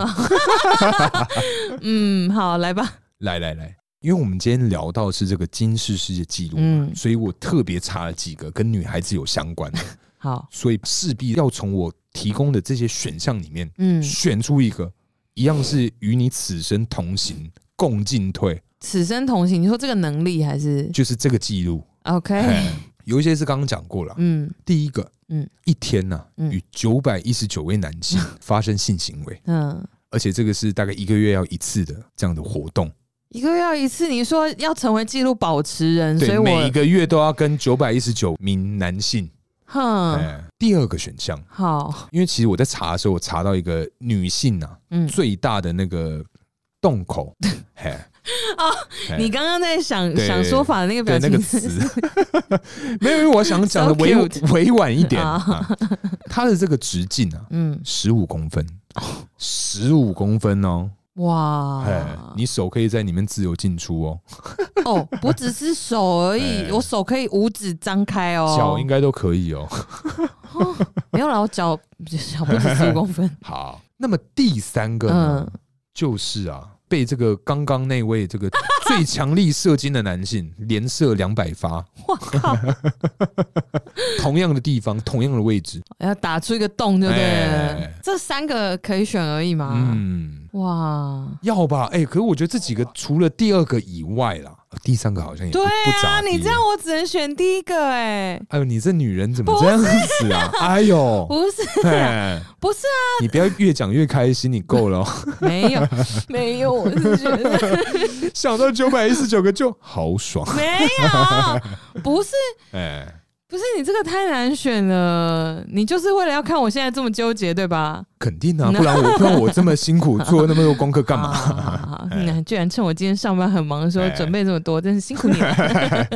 [SPEAKER 2] 嗯，好，来吧。
[SPEAKER 1] 来来来，因为我们今天聊到是这个金氏世界纪录嘛，
[SPEAKER 2] 嗯，
[SPEAKER 1] 所以我特别查了几个跟女孩子有相关的，
[SPEAKER 2] 好，
[SPEAKER 1] 所以势必要从我提供的这些选项里面
[SPEAKER 2] 嗯，
[SPEAKER 1] 选出一个，一样是与你此生同行、共进退，
[SPEAKER 2] 此生同行，你说这个能力还是
[SPEAKER 1] 就是这个记录。
[SPEAKER 2] OK？
[SPEAKER 1] 哎有一些是刚刚讲过了，
[SPEAKER 2] 嗯
[SPEAKER 1] 第一个，嗯
[SPEAKER 2] 嗯，
[SPEAKER 1] 一天呢、
[SPEAKER 2] 嗯
[SPEAKER 1] 与九百一十九位男性发生性行为，
[SPEAKER 2] 嗯，
[SPEAKER 1] 而且这个是大概一个月要一次的这样的活动，
[SPEAKER 2] 一个月要一次，你说要成为纪录保持人，嗯所以
[SPEAKER 1] 对，每一
[SPEAKER 2] 我
[SPEAKER 1] 个月都要跟九百一十九名男性。
[SPEAKER 2] 哼
[SPEAKER 1] 哎，第二个选项，
[SPEAKER 2] 好，
[SPEAKER 1] 因为其实我在查的时候，我查到一个女性啊，
[SPEAKER 2] 嗯，
[SPEAKER 1] 最大的那个洞口，嘿，
[SPEAKER 2] 哦
[SPEAKER 1] 嘿
[SPEAKER 2] 你刚刚在想
[SPEAKER 1] 对
[SPEAKER 2] 想说法的那个表
[SPEAKER 1] 哎对那个
[SPEAKER 2] 情是
[SPEAKER 1] 词， 没有，因为我想讲的
[SPEAKER 2] So
[SPEAKER 1] 委
[SPEAKER 2] cute
[SPEAKER 1] 委婉一点
[SPEAKER 2] 啊
[SPEAKER 1] 啊，它的这个直径啊，
[SPEAKER 2] 嗯，
[SPEAKER 1] 十五公 分，十五公分哦，哎
[SPEAKER 2] 哇，，
[SPEAKER 1] 你手可以在里面自由进出哦，
[SPEAKER 2] 哦，不只是手而已
[SPEAKER 1] 哎，
[SPEAKER 2] 我手可以五指张开哦，
[SPEAKER 1] 脚应该都可以哦。
[SPEAKER 2] 没有啦，我脚脚不止十五 公分，
[SPEAKER 1] 好，那么第三个呢
[SPEAKER 2] 嗯，
[SPEAKER 1] 就是啊，被这个刚刚那位 这个最强力射精的男性连射两百发，
[SPEAKER 2] 我靠，
[SPEAKER 1] 同样的地方，同样的位置，
[SPEAKER 2] 要打出一个洞，对不对
[SPEAKER 1] 哎？
[SPEAKER 2] 这三个可以选而已嘛，
[SPEAKER 1] 嗯。
[SPEAKER 2] 哇，
[SPEAKER 1] 要吧，哎、可是我觉得这几个除了第二个以外啦，呃第三个好像也不
[SPEAKER 2] 哦对
[SPEAKER 1] 不咋
[SPEAKER 2] 啊，
[SPEAKER 1] 地
[SPEAKER 2] 你这样，我只能选第一个哎、
[SPEAKER 1] 哎呦，你这女人怎么这样子 啊？哎呦，
[SPEAKER 2] 不是，
[SPEAKER 1] 哎，
[SPEAKER 2] 不是啊，
[SPEAKER 1] 你不要越讲越开心，你够了哦。
[SPEAKER 2] 没有， 没有，我是觉 得，
[SPEAKER 1] 想到九百一十九个就好爽
[SPEAKER 2] 没有，不是，
[SPEAKER 1] 哎，
[SPEAKER 2] 不是，你这个太难选了，你就是为了要看我现在这么纠结，对吧？
[SPEAKER 1] 肯定啊，不然我不然我这么辛苦做那么多功课 干嘛？
[SPEAKER 2] 好啊好好好嗯居然趁我今天上班很忙的时候
[SPEAKER 1] 哎
[SPEAKER 2] 准备这么多，真是辛苦你 了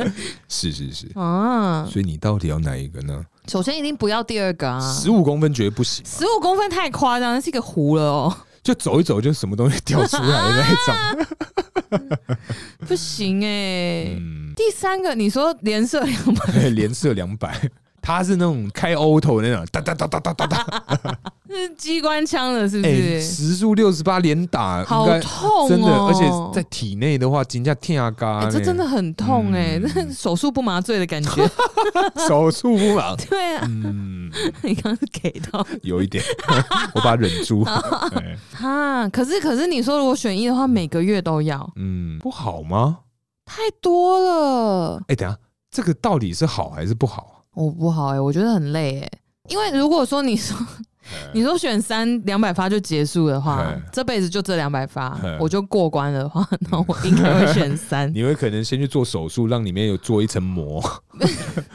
[SPEAKER 1] 是是是，
[SPEAKER 2] 啊！
[SPEAKER 1] 所以你到底要哪一个呢？
[SPEAKER 2] 首先一定不要第二个啊，
[SPEAKER 1] 十五公分绝对不行嘛，
[SPEAKER 2] 十五公分太夸张，是一个湖了哦，
[SPEAKER 1] 就走一走就什么东西掉出来的那一种。
[SPEAKER 2] 不 行哎、
[SPEAKER 1] 嗯，
[SPEAKER 2] 第三个，你说连射两百，
[SPEAKER 1] 连射两百，他是那种开 auto 那种，哒哒哒哒哒哒
[SPEAKER 2] 啊
[SPEAKER 1] 哒，
[SPEAKER 2] 这是机关枪了，是不
[SPEAKER 1] 哎，
[SPEAKER 2] 是？
[SPEAKER 1] 时速六十八连打，应
[SPEAKER 2] 好
[SPEAKER 1] 该
[SPEAKER 2] 痛、哦，
[SPEAKER 1] 真的，而且在体内的话，金价天啊嘎
[SPEAKER 2] 哎、
[SPEAKER 1] 呢，
[SPEAKER 2] 这 真的很痛哎、
[SPEAKER 1] 嗯
[SPEAKER 2] 这手术不麻醉的 感觉。。
[SPEAKER 1] 手速不忙
[SPEAKER 2] 对啊，
[SPEAKER 1] 嗯，
[SPEAKER 2] 你刚刚给到
[SPEAKER 1] 有一点， 我把它忍 住。哎
[SPEAKER 2] 哈，可是可是你说如果选一的话，每个月都要，
[SPEAKER 1] 嗯，不好吗？
[SPEAKER 2] 太多了，
[SPEAKER 1] 哎、等一下，这个到底是好还是不好？啊
[SPEAKER 2] 我不好哎、我觉得很累哎、因为如果说你说你说选三两百发就结束的话
[SPEAKER 1] 哎，
[SPEAKER 2] 这辈子就这两百发
[SPEAKER 1] 哎，
[SPEAKER 2] 我就过关的话，那我应该会 选三，
[SPEAKER 1] 你会可能先去做手术，让里面有做一层膜，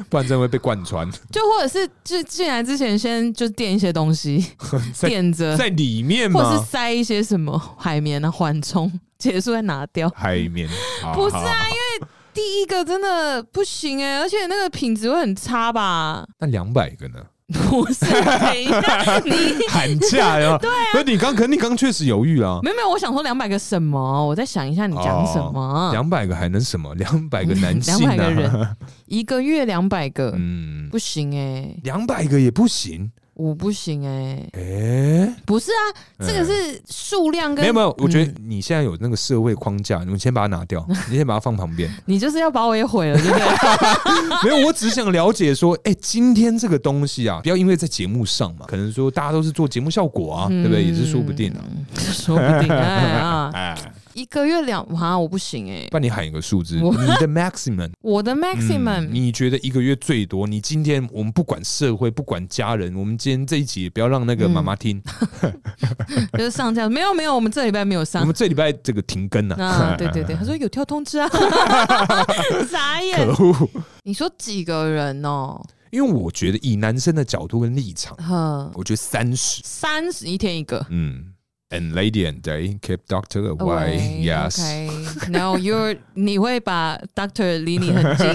[SPEAKER 1] 不然真的会被贯 穿。
[SPEAKER 2] 就或者是就进来之前先就垫一些东西
[SPEAKER 1] 在
[SPEAKER 2] 垫着，
[SPEAKER 1] 在里面
[SPEAKER 2] 或者是
[SPEAKER 1] 吗？
[SPEAKER 2] 塞一些什么海绵啊、缓冲，结束再拿掉。
[SPEAKER 1] 海绵
[SPEAKER 2] 不是啊，
[SPEAKER 1] 因为
[SPEAKER 2] 欸第一个真的不行哎、而且那个品质会很差吧？
[SPEAKER 1] 那两百个呢？
[SPEAKER 2] 不是没 你
[SPEAKER 1] 喊价呀？对啊，你刚，可是你刚确实犹豫啊。
[SPEAKER 2] 没有没有，我想说两百个什么？我在想一下你讲什么。
[SPEAKER 1] 哦两百个还能什么？两百个男性、啊，
[SPEAKER 2] 200个人一个月两百个，
[SPEAKER 1] 嗯，
[SPEAKER 2] 不行哎、
[SPEAKER 1] 两百个也不行。
[SPEAKER 2] 我不行哎、
[SPEAKER 1] 哎、
[SPEAKER 2] 不是啊，这个是数量跟
[SPEAKER 1] 嗯没有没有，我觉得
[SPEAKER 2] 嗯
[SPEAKER 1] 你现在有那个社会框架，你先把它拿 掉，你先把它放旁边。
[SPEAKER 2] 你就是要把我也毁了，对不 对？
[SPEAKER 1] 没有，我只是想了解说，哎、今天这个东西啊，不要因为在节目上嘛，可能说大家都是做节目效果啊，
[SPEAKER 2] 嗯
[SPEAKER 1] 对不对？也是说不定啊。
[SPEAKER 2] 说不定哎 啊，
[SPEAKER 1] 哎，
[SPEAKER 2] 一个月两啊，我不行哎、
[SPEAKER 1] 帮你喊一个数字，你
[SPEAKER 2] 我
[SPEAKER 1] 的 maximum
[SPEAKER 2] 我的 maximum、
[SPEAKER 1] 嗯你觉得一个月最多？你今天我们不管社会，不管家人，我们今天这一集也不要让那个妈妈听，
[SPEAKER 2] 嗯就是上架，没有没有，我们这礼拜没有
[SPEAKER 1] 我
[SPEAKER 2] 上
[SPEAKER 1] 们。这礼拜这个停更 了、啊。
[SPEAKER 2] 啊，对对对，他说有跳通 知啊，傻
[SPEAKER 1] 可
[SPEAKER 2] 眼。
[SPEAKER 1] 恶！
[SPEAKER 2] 你说几个人哦？
[SPEAKER 1] 因为我觉得以男生的角度跟立场，
[SPEAKER 2] 呵，
[SPEAKER 1] 我觉得三十，
[SPEAKER 2] 三十一天一个。
[SPEAKER 1] 嗯，and lady and day keep doctor away.
[SPEAKER 2] Away,
[SPEAKER 1] Yes，、
[SPEAKER 2] Okay. Now you're 你会把 Doctor 离你很近，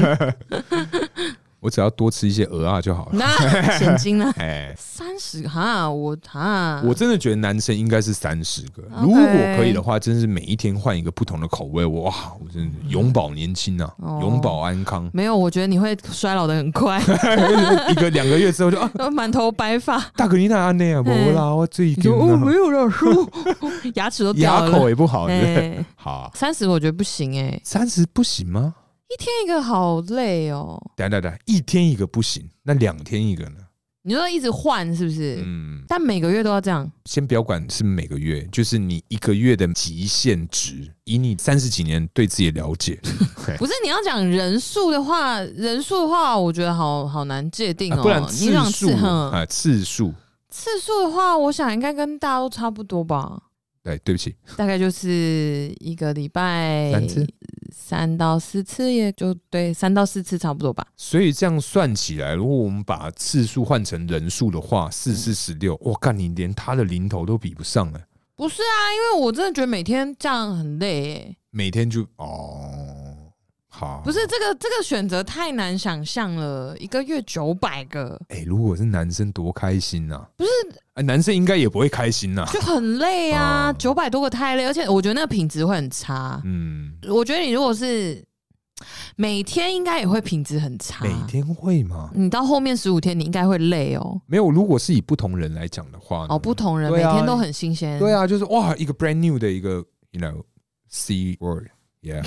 [SPEAKER 1] 我只要多吃一些鹅啊就好了。
[SPEAKER 2] 那显近了。
[SPEAKER 1] 哎，
[SPEAKER 2] 三十哈，我哈，
[SPEAKER 1] 我真的觉得男生应该是三十个，
[SPEAKER 2] OK
[SPEAKER 1] 如果可以的话，真是每一天换一个不同的口味，哇，我真的永葆年轻啊，
[SPEAKER 2] 哦。
[SPEAKER 1] 永葆安康
[SPEAKER 2] 没有，我觉得你会衰老的 很快，
[SPEAKER 1] 一个两个月之后就啊，
[SPEAKER 2] 满头白发。
[SPEAKER 1] 大哥你那安内啊，没啦，我最
[SPEAKER 2] 你
[SPEAKER 1] 近
[SPEAKER 2] 说哦，
[SPEAKER 1] 啊
[SPEAKER 2] 没有了，叔， 牙齿都掉
[SPEAKER 1] 牙口
[SPEAKER 2] 了。
[SPEAKER 1] 也不好是不是
[SPEAKER 2] 哎，
[SPEAKER 1] 好啊，
[SPEAKER 2] 三十我觉得不行哎、
[SPEAKER 1] 三十不行吗？
[SPEAKER 2] 一天一个好累哦。
[SPEAKER 1] 等一下等一下等一下，一天一个不行，那两天一个呢？
[SPEAKER 2] 你说一直换是不是？
[SPEAKER 1] 嗯，
[SPEAKER 2] 但每个月都要这样，
[SPEAKER 1] 先不要管是每个月，就是你一个月的极限值，以你三十几年对自己的了解，
[SPEAKER 2] 不是你要讲人数的话，人数的话，我觉得好好难界定
[SPEAKER 1] 啊
[SPEAKER 2] 哦。
[SPEAKER 1] 不然
[SPEAKER 2] 你
[SPEAKER 1] 次
[SPEAKER 2] 想
[SPEAKER 1] 数
[SPEAKER 2] 次哼
[SPEAKER 1] 啊，次数，
[SPEAKER 2] 次数的话，我想应该跟大家都差不多吧，
[SPEAKER 1] 对，哎对不起，
[SPEAKER 2] 大概就是一个礼拜
[SPEAKER 1] 三次
[SPEAKER 2] 三到四次，也就对，三到四次差不多吧。
[SPEAKER 1] 所以这样算起来，如果我们把次数换成人数的话，四四十六，我干，你连他的零头都比不上了，
[SPEAKER 2] 不是啊，因为我真的觉得每天这样很累耶、
[SPEAKER 1] 每天就哦，好，
[SPEAKER 2] 不是这个这个选择太难想象了，一个月九百个
[SPEAKER 1] 哎、如果是男生多开心呐、
[SPEAKER 2] 不是
[SPEAKER 1] 啊，男生应该也不会开心呐、
[SPEAKER 2] 就很累啊，
[SPEAKER 1] 哦
[SPEAKER 2] 九百、多个太累，而且我觉得那个品质会很差。
[SPEAKER 1] 嗯，
[SPEAKER 2] 我觉得你如果是每天，应该也会品质很差。
[SPEAKER 1] 每，天会吗？
[SPEAKER 2] 你到后面十五天，你应该会累哦。
[SPEAKER 1] 没有，如果是以不同人来讲的话呢，
[SPEAKER 2] 哦，不同人、
[SPEAKER 1] 对
[SPEAKER 2] 每
[SPEAKER 1] 啊
[SPEAKER 2] 天都很新鲜。
[SPEAKER 1] 对啊，就是哇，一个 brand new 的一个，you know C word。Yeah，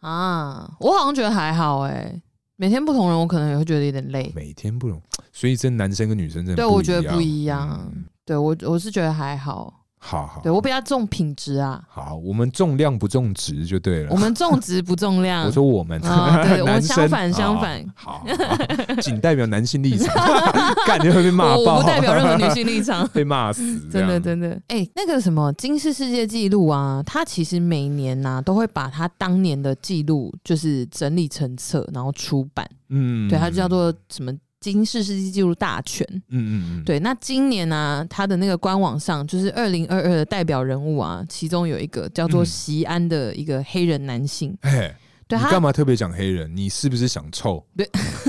[SPEAKER 2] 啊，我好像觉得还好哎、每天不同人，我可能也会觉得有点累。
[SPEAKER 1] 每天不容，所以真男生跟女生真的
[SPEAKER 2] 对，
[SPEAKER 1] 不
[SPEAKER 2] 我
[SPEAKER 1] 一
[SPEAKER 2] 觉得
[SPEAKER 1] 样
[SPEAKER 2] 不一样。
[SPEAKER 1] 嗯哦
[SPEAKER 2] 对我，我是觉得还好。
[SPEAKER 1] 好好
[SPEAKER 2] 对我比较重品质啊，
[SPEAKER 1] 好，我们重量不重值就对
[SPEAKER 2] 我
[SPEAKER 1] 了。
[SPEAKER 2] 们重质不重量。
[SPEAKER 1] 我说我们，
[SPEAKER 2] 啊 对我
[SPEAKER 1] 男生
[SPEAKER 2] 相反
[SPEAKER 1] 啊
[SPEAKER 2] 相反
[SPEAKER 1] 好，好仅代表男性立场， 干就会被骂
[SPEAKER 2] 我我
[SPEAKER 1] 爆，。
[SPEAKER 2] 不代表任何女性立场
[SPEAKER 1] 被骂死，这
[SPEAKER 2] 真
[SPEAKER 1] 样
[SPEAKER 2] 的真的，哎、那个什么金氏世界纪录啊，它其实每年呐、都会把它当年的记录就是整理成册，然后出版。
[SPEAKER 1] 嗯
[SPEAKER 2] 对，它就叫做什么金氏世界纪录大全。
[SPEAKER 1] 嗯嗯嗯，
[SPEAKER 2] 对，那今年呢、它的那个官网上就是二零二二的代表人物啊，其中有一个叫做
[SPEAKER 1] 嗯
[SPEAKER 2] 席安的一个黑人男性。
[SPEAKER 1] 哎，
[SPEAKER 2] 对
[SPEAKER 1] 你干
[SPEAKER 2] 他，
[SPEAKER 1] 嘛特别讲黑人？你是不是想臭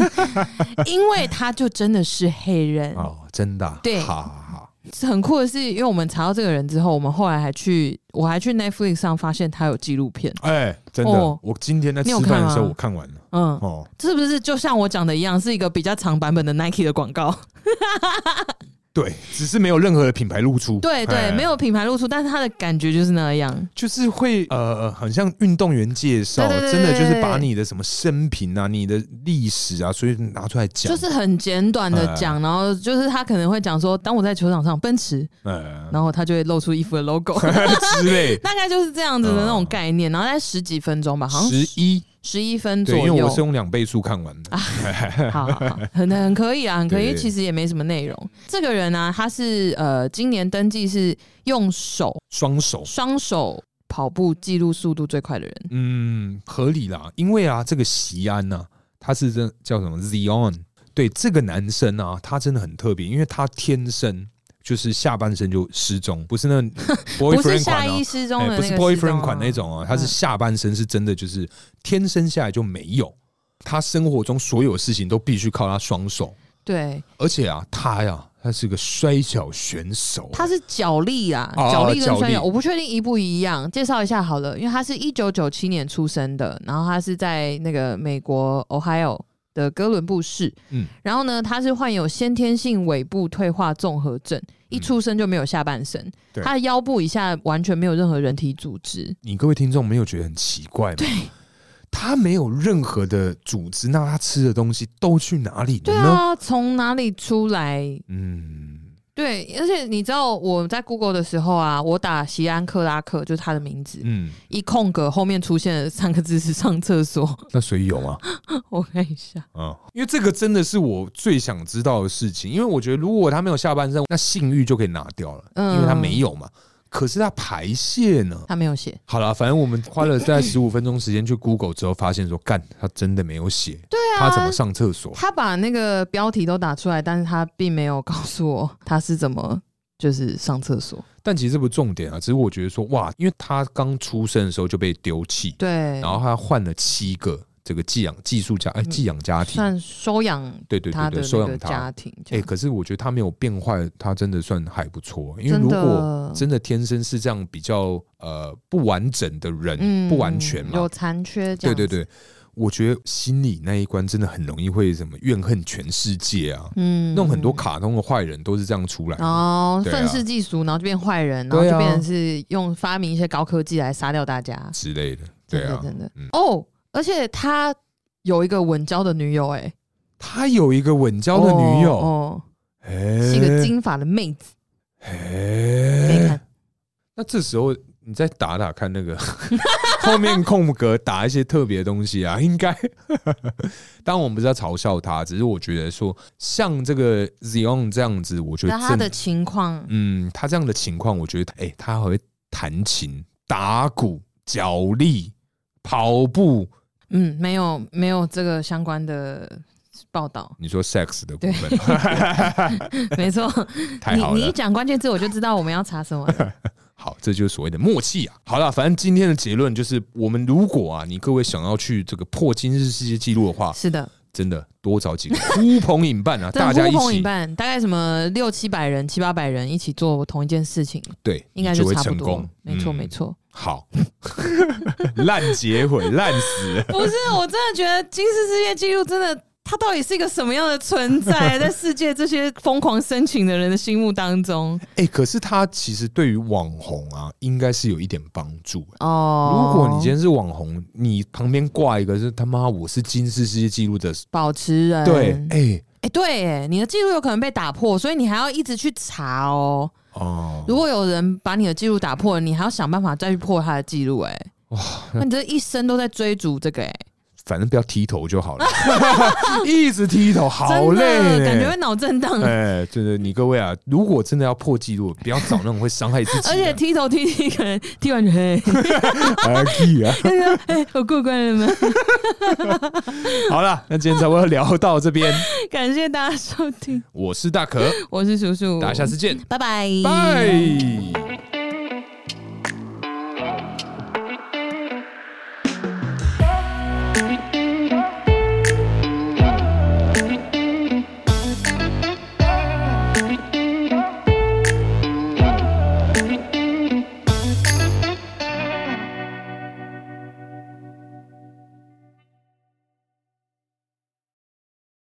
[SPEAKER 2] 因为他就真的是黑人。
[SPEAKER 1] 哦，真的啊，
[SPEAKER 2] 对
[SPEAKER 1] 好好好，
[SPEAKER 2] 很酷的是，因为我们查到这个人之后，我们后来还去，我还去 Netflix 上发现他有纪录片。
[SPEAKER 1] 哎，真的
[SPEAKER 2] 哦，
[SPEAKER 1] 我今天在
[SPEAKER 2] 你
[SPEAKER 1] 吃
[SPEAKER 2] 有
[SPEAKER 1] 饭的时
[SPEAKER 2] 看
[SPEAKER 1] 候
[SPEAKER 2] 吗
[SPEAKER 1] 我看完了，
[SPEAKER 2] 嗯，
[SPEAKER 1] 哦，
[SPEAKER 2] 是不是就像我讲的一样，是一个比较长版本的 Nike 的 广告？
[SPEAKER 1] 对，只是没有任何的品牌露出，
[SPEAKER 2] 对对，
[SPEAKER 1] 哎
[SPEAKER 2] 没，有品牌露出，但是他的感觉就是那样。
[SPEAKER 1] 就是会呃，很像运动员介绍，
[SPEAKER 2] 对对对
[SPEAKER 1] 真的就是
[SPEAKER 2] 对
[SPEAKER 1] 把你的什么生平啊、你的历史啊，所以拿出来讲，
[SPEAKER 2] 就是很简短的讲，然后就是他可能会讲说，当我在球场上奔驰，
[SPEAKER 1] 呃
[SPEAKER 2] 然后他就会露出衣服的 logo，，
[SPEAKER 1] 之类
[SPEAKER 2] 大概就是这样子的那种概念，然后在十几分钟吧， 好像
[SPEAKER 1] 嗯十一
[SPEAKER 2] 十一分左
[SPEAKER 1] 对，因为
[SPEAKER 2] 右啊
[SPEAKER 1] 我是。用两倍速看完的。
[SPEAKER 2] 好好 好，很很可以啊，很可以，
[SPEAKER 1] 对
[SPEAKER 2] 因为其实也没什么内容。这个人呢、他是呃，今年登记是用手
[SPEAKER 1] 双手，
[SPEAKER 2] 双手跑步记录速度最快的人。
[SPEAKER 1] 嗯，合理啦，因为啊，这个席安呢、他是这叫什么 Zion，对，这个男生啊，他真的很特别，因为他天生就是下半身就失踪，不是那
[SPEAKER 2] 不是
[SPEAKER 1] boyfriend
[SPEAKER 2] 下
[SPEAKER 1] 款啊
[SPEAKER 2] 衣。失踪
[SPEAKER 1] 哎、
[SPEAKER 2] 的那
[SPEAKER 1] 不
[SPEAKER 2] 个
[SPEAKER 1] 是
[SPEAKER 2] 失踪
[SPEAKER 1] boyfriend
[SPEAKER 2] 啊
[SPEAKER 1] 款那，种啊，他是
[SPEAKER 2] 嗯
[SPEAKER 1] 下半身是真的，就是天生下来就没有，他生活中所有事情都必须靠他双手，
[SPEAKER 2] 对，
[SPEAKER 1] 而且啊，他呀，他是个摔跤选手，
[SPEAKER 2] 他是脚力啊，
[SPEAKER 1] 哦
[SPEAKER 2] 脚力跟
[SPEAKER 1] 脚
[SPEAKER 2] 摔
[SPEAKER 1] 力
[SPEAKER 2] 跤，我不确定一不一样。介绍一下好了，因为他是一九九七年出生的，然后他是在那个美国 Ohio 的哥伦布市，
[SPEAKER 1] 嗯
[SPEAKER 2] 然后呢，他是患有先天性尾部退化综合症，一出生就没有下半身，
[SPEAKER 1] 对嗯
[SPEAKER 2] 他的腰部以下完全没有任何人体组织，
[SPEAKER 1] 你各位听众没有觉得很奇怪吗？他没有任何的组织，那他吃的东西都去哪里了
[SPEAKER 2] 对
[SPEAKER 1] 呢？
[SPEAKER 2] 啊，从哪里出来？
[SPEAKER 1] 嗯，
[SPEAKER 2] 对，而且你知道我在 Google 的时候啊，我打席安克拉克就是他的名字，
[SPEAKER 1] 嗯，
[SPEAKER 2] 一空格后面出现了三个字是上厕所，
[SPEAKER 1] 那所以有吗？
[SPEAKER 2] 我看一下。
[SPEAKER 1] 嗯，因为这个真的是我最想知道的事情，因为我觉得如果他没有下半身，那性欲就可以拿掉了，
[SPEAKER 2] 嗯
[SPEAKER 1] 因为他没有嘛。可是他排泄呢？
[SPEAKER 2] 他没有写，
[SPEAKER 1] 好了，反正我们花了大概十五分钟时间去 Google 之后，发现说，干，他真的没有写，对啊，他怎么上厕所？
[SPEAKER 2] 他把那个标题都打出来，但是他并没有告诉我他是怎么就是上厕所。
[SPEAKER 1] 但其实这不重点啊，只是我觉得说，哇，因为他刚出生的时候就被丢弃，
[SPEAKER 2] 对，
[SPEAKER 1] 然后他换了七个这个寄养寄宿家哎寄养家庭，
[SPEAKER 2] 嗯算收养
[SPEAKER 1] 对对
[SPEAKER 2] 他
[SPEAKER 1] 对对，
[SPEAKER 2] 的那
[SPEAKER 1] 收
[SPEAKER 2] 个
[SPEAKER 1] 养
[SPEAKER 2] 家
[SPEAKER 1] 他。
[SPEAKER 2] 庭这
[SPEAKER 1] 哎，
[SPEAKER 2] 样。
[SPEAKER 1] 可是我觉得他没有变坏，他真的算还不错。因为
[SPEAKER 2] 真
[SPEAKER 1] 如
[SPEAKER 2] 的
[SPEAKER 1] 果真的天生是这样比较呃不完整的人，
[SPEAKER 2] 嗯
[SPEAKER 1] 不完全嘛
[SPEAKER 2] 有，残缺这
[SPEAKER 1] 对
[SPEAKER 2] 样。
[SPEAKER 1] 对，对，我觉得心理那一关真的很容易会什么怨恨全世界啊，
[SPEAKER 2] 嗯
[SPEAKER 1] 那种很多卡通的坏人都是这样出来的。
[SPEAKER 2] 哦，
[SPEAKER 1] 对啊
[SPEAKER 2] 愤世嫉俗，然后就变坏人，然后
[SPEAKER 1] 对
[SPEAKER 2] 就
[SPEAKER 1] 啊
[SPEAKER 2] 变成是用发明一些高科技来杀掉大家。
[SPEAKER 1] 之类的，
[SPEAKER 2] 真
[SPEAKER 1] 对
[SPEAKER 2] 的
[SPEAKER 1] 啊，
[SPEAKER 2] 真的
[SPEAKER 1] 嗯
[SPEAKER 2] 哦，而且他有一个稳交的女友，哎，
[SPEAKER 1] 他有一个稳交的女友，
[SPEAKER 2] 哦，
[SPEAKER 1] 哎、
[SPEAKER 2] 哦是一个金发的妹子，
[SPEAKER 1] 哎
[SPEAKER 2] 可以看。
[SPEAKER 1] 那这时候你再打打看那个后面空格打一些特别的东西啊，应该。当然我们不是要嘲笑他，只是我觉得说像这个 Zion 这样子，我觉得
[SPEAKER 2] 那他
[SPEAKER 1] 真
[SPEAKER 2] 的情况，
[SPEAKER 1] 嗯，他这样的情况，我觉得哎、他还会弹琴、打鼓、脚力、跑步。，
[SPEAKER 2] 嗯，没有没有这个相关的报道
[SPEAKER 1] 你说 sex 的部
[SPEAKER 2] 对
[SPEAKER 1] 分
[SPEAKER 2] 没错。
[SPEAKER 1] 太
[SPEAKER 2] 你
[SPEAKER 1] 好了，
[SPEAKER 2] 你一讲关键字，我就知道我们要查什么了。
[SPEAKER 1] 好，这就是所谓的默契啊。好了，反正今天的结论就是，我们如果啊，你各位想要去这个破今日世界纪录的话，
[SPEAKER 2] 是的，
[SPEAKER 1] 真的多找几个呼朋引 伴啊，
[SPEAKER 2] 真
[SPEAKER 1] 啊大
[SPEAKER 2] 的
[SPEAKER 1] 家
[SPEAKER 2] 呼
[SPEAKER 1] 一
[SPEAKER 2] 朋引
[SPEAKER 1] 起
[SPEAKER 2] 伴，大概什么六七百人、七八百人一起做同一件事情，
[SPEAKER 1] 对，
[SPEAKER 2] 应该
[SPEAKER 1] 你就会
[SPEAKER 2] 差不
[SPEAKER 1] 成
[SPEAKER 2] 多
[SPEAKER 1] 功。。
[SPEAKER 2] 没错，
[SPEAKER 1] 嗯
[SPEAKER 2] 没。错。
[SPEAKER 1] 好， 烂结尾，烂死了。
[SPEAKER 2] 不是，我真的觉得金氏世界纪录真的。它到底是一个什么样的存 在，在世界这些疯狂申请的人的心目当中？
[SPEAKER 1] 哎、可是他其实对于网红啊，应该是有一点帮助、如
[SPEAKER 2] 哦
[SPEAKER 1] 果你今天是网红，你旁边挂一个是他妈我是金氏世界纪录的，
[SPEAKER 2] 保持人，
[SPEAKER 1] 对，哎、
[SPEAKER 2] 哎、对，哎，你的记录有可能被打破，所以你还要一直去查哦。
[SPEAKER 1] 哦，
[SPEAKER 2] 如果有人把你的记录打破了，你还要想办法再去破他的记录，哎，哇，那你这一生都在追逐这个、哎，
[SPEAKER 1] 反正不要踢头就 好了，一直踢头好
[SPEAKER 2] 真
[SPEAKER 1] 累
[SPEAKER 2] 的
[SPEAKER 1] 欸，
[SPEAKER 2] 感觉会脑震荡，啊
[SPEAKER 1] 哎，就是你各位啊，如果真的要破纪录，不要找那种会伤害自己的。
[SPEAKER 2] 而且踢头踢踢，可能踢完就嘿，
[SPEAKER 1] 啊屁啊，
[SPEAKER 2] 哎、我过关了吗？
[SPEAKER 1] 好了，那今天差不多聊到这边，
[SPEAKER 2] 感谢大家收听，
[SPEAKER 1] 我是大可，
[SPEAKER 2] 我是叔叔，
[SPEAKER 1] 大家下次见，
[SPEAKER 2] 拜拜，
[SPEAKER 1] 嗯拜。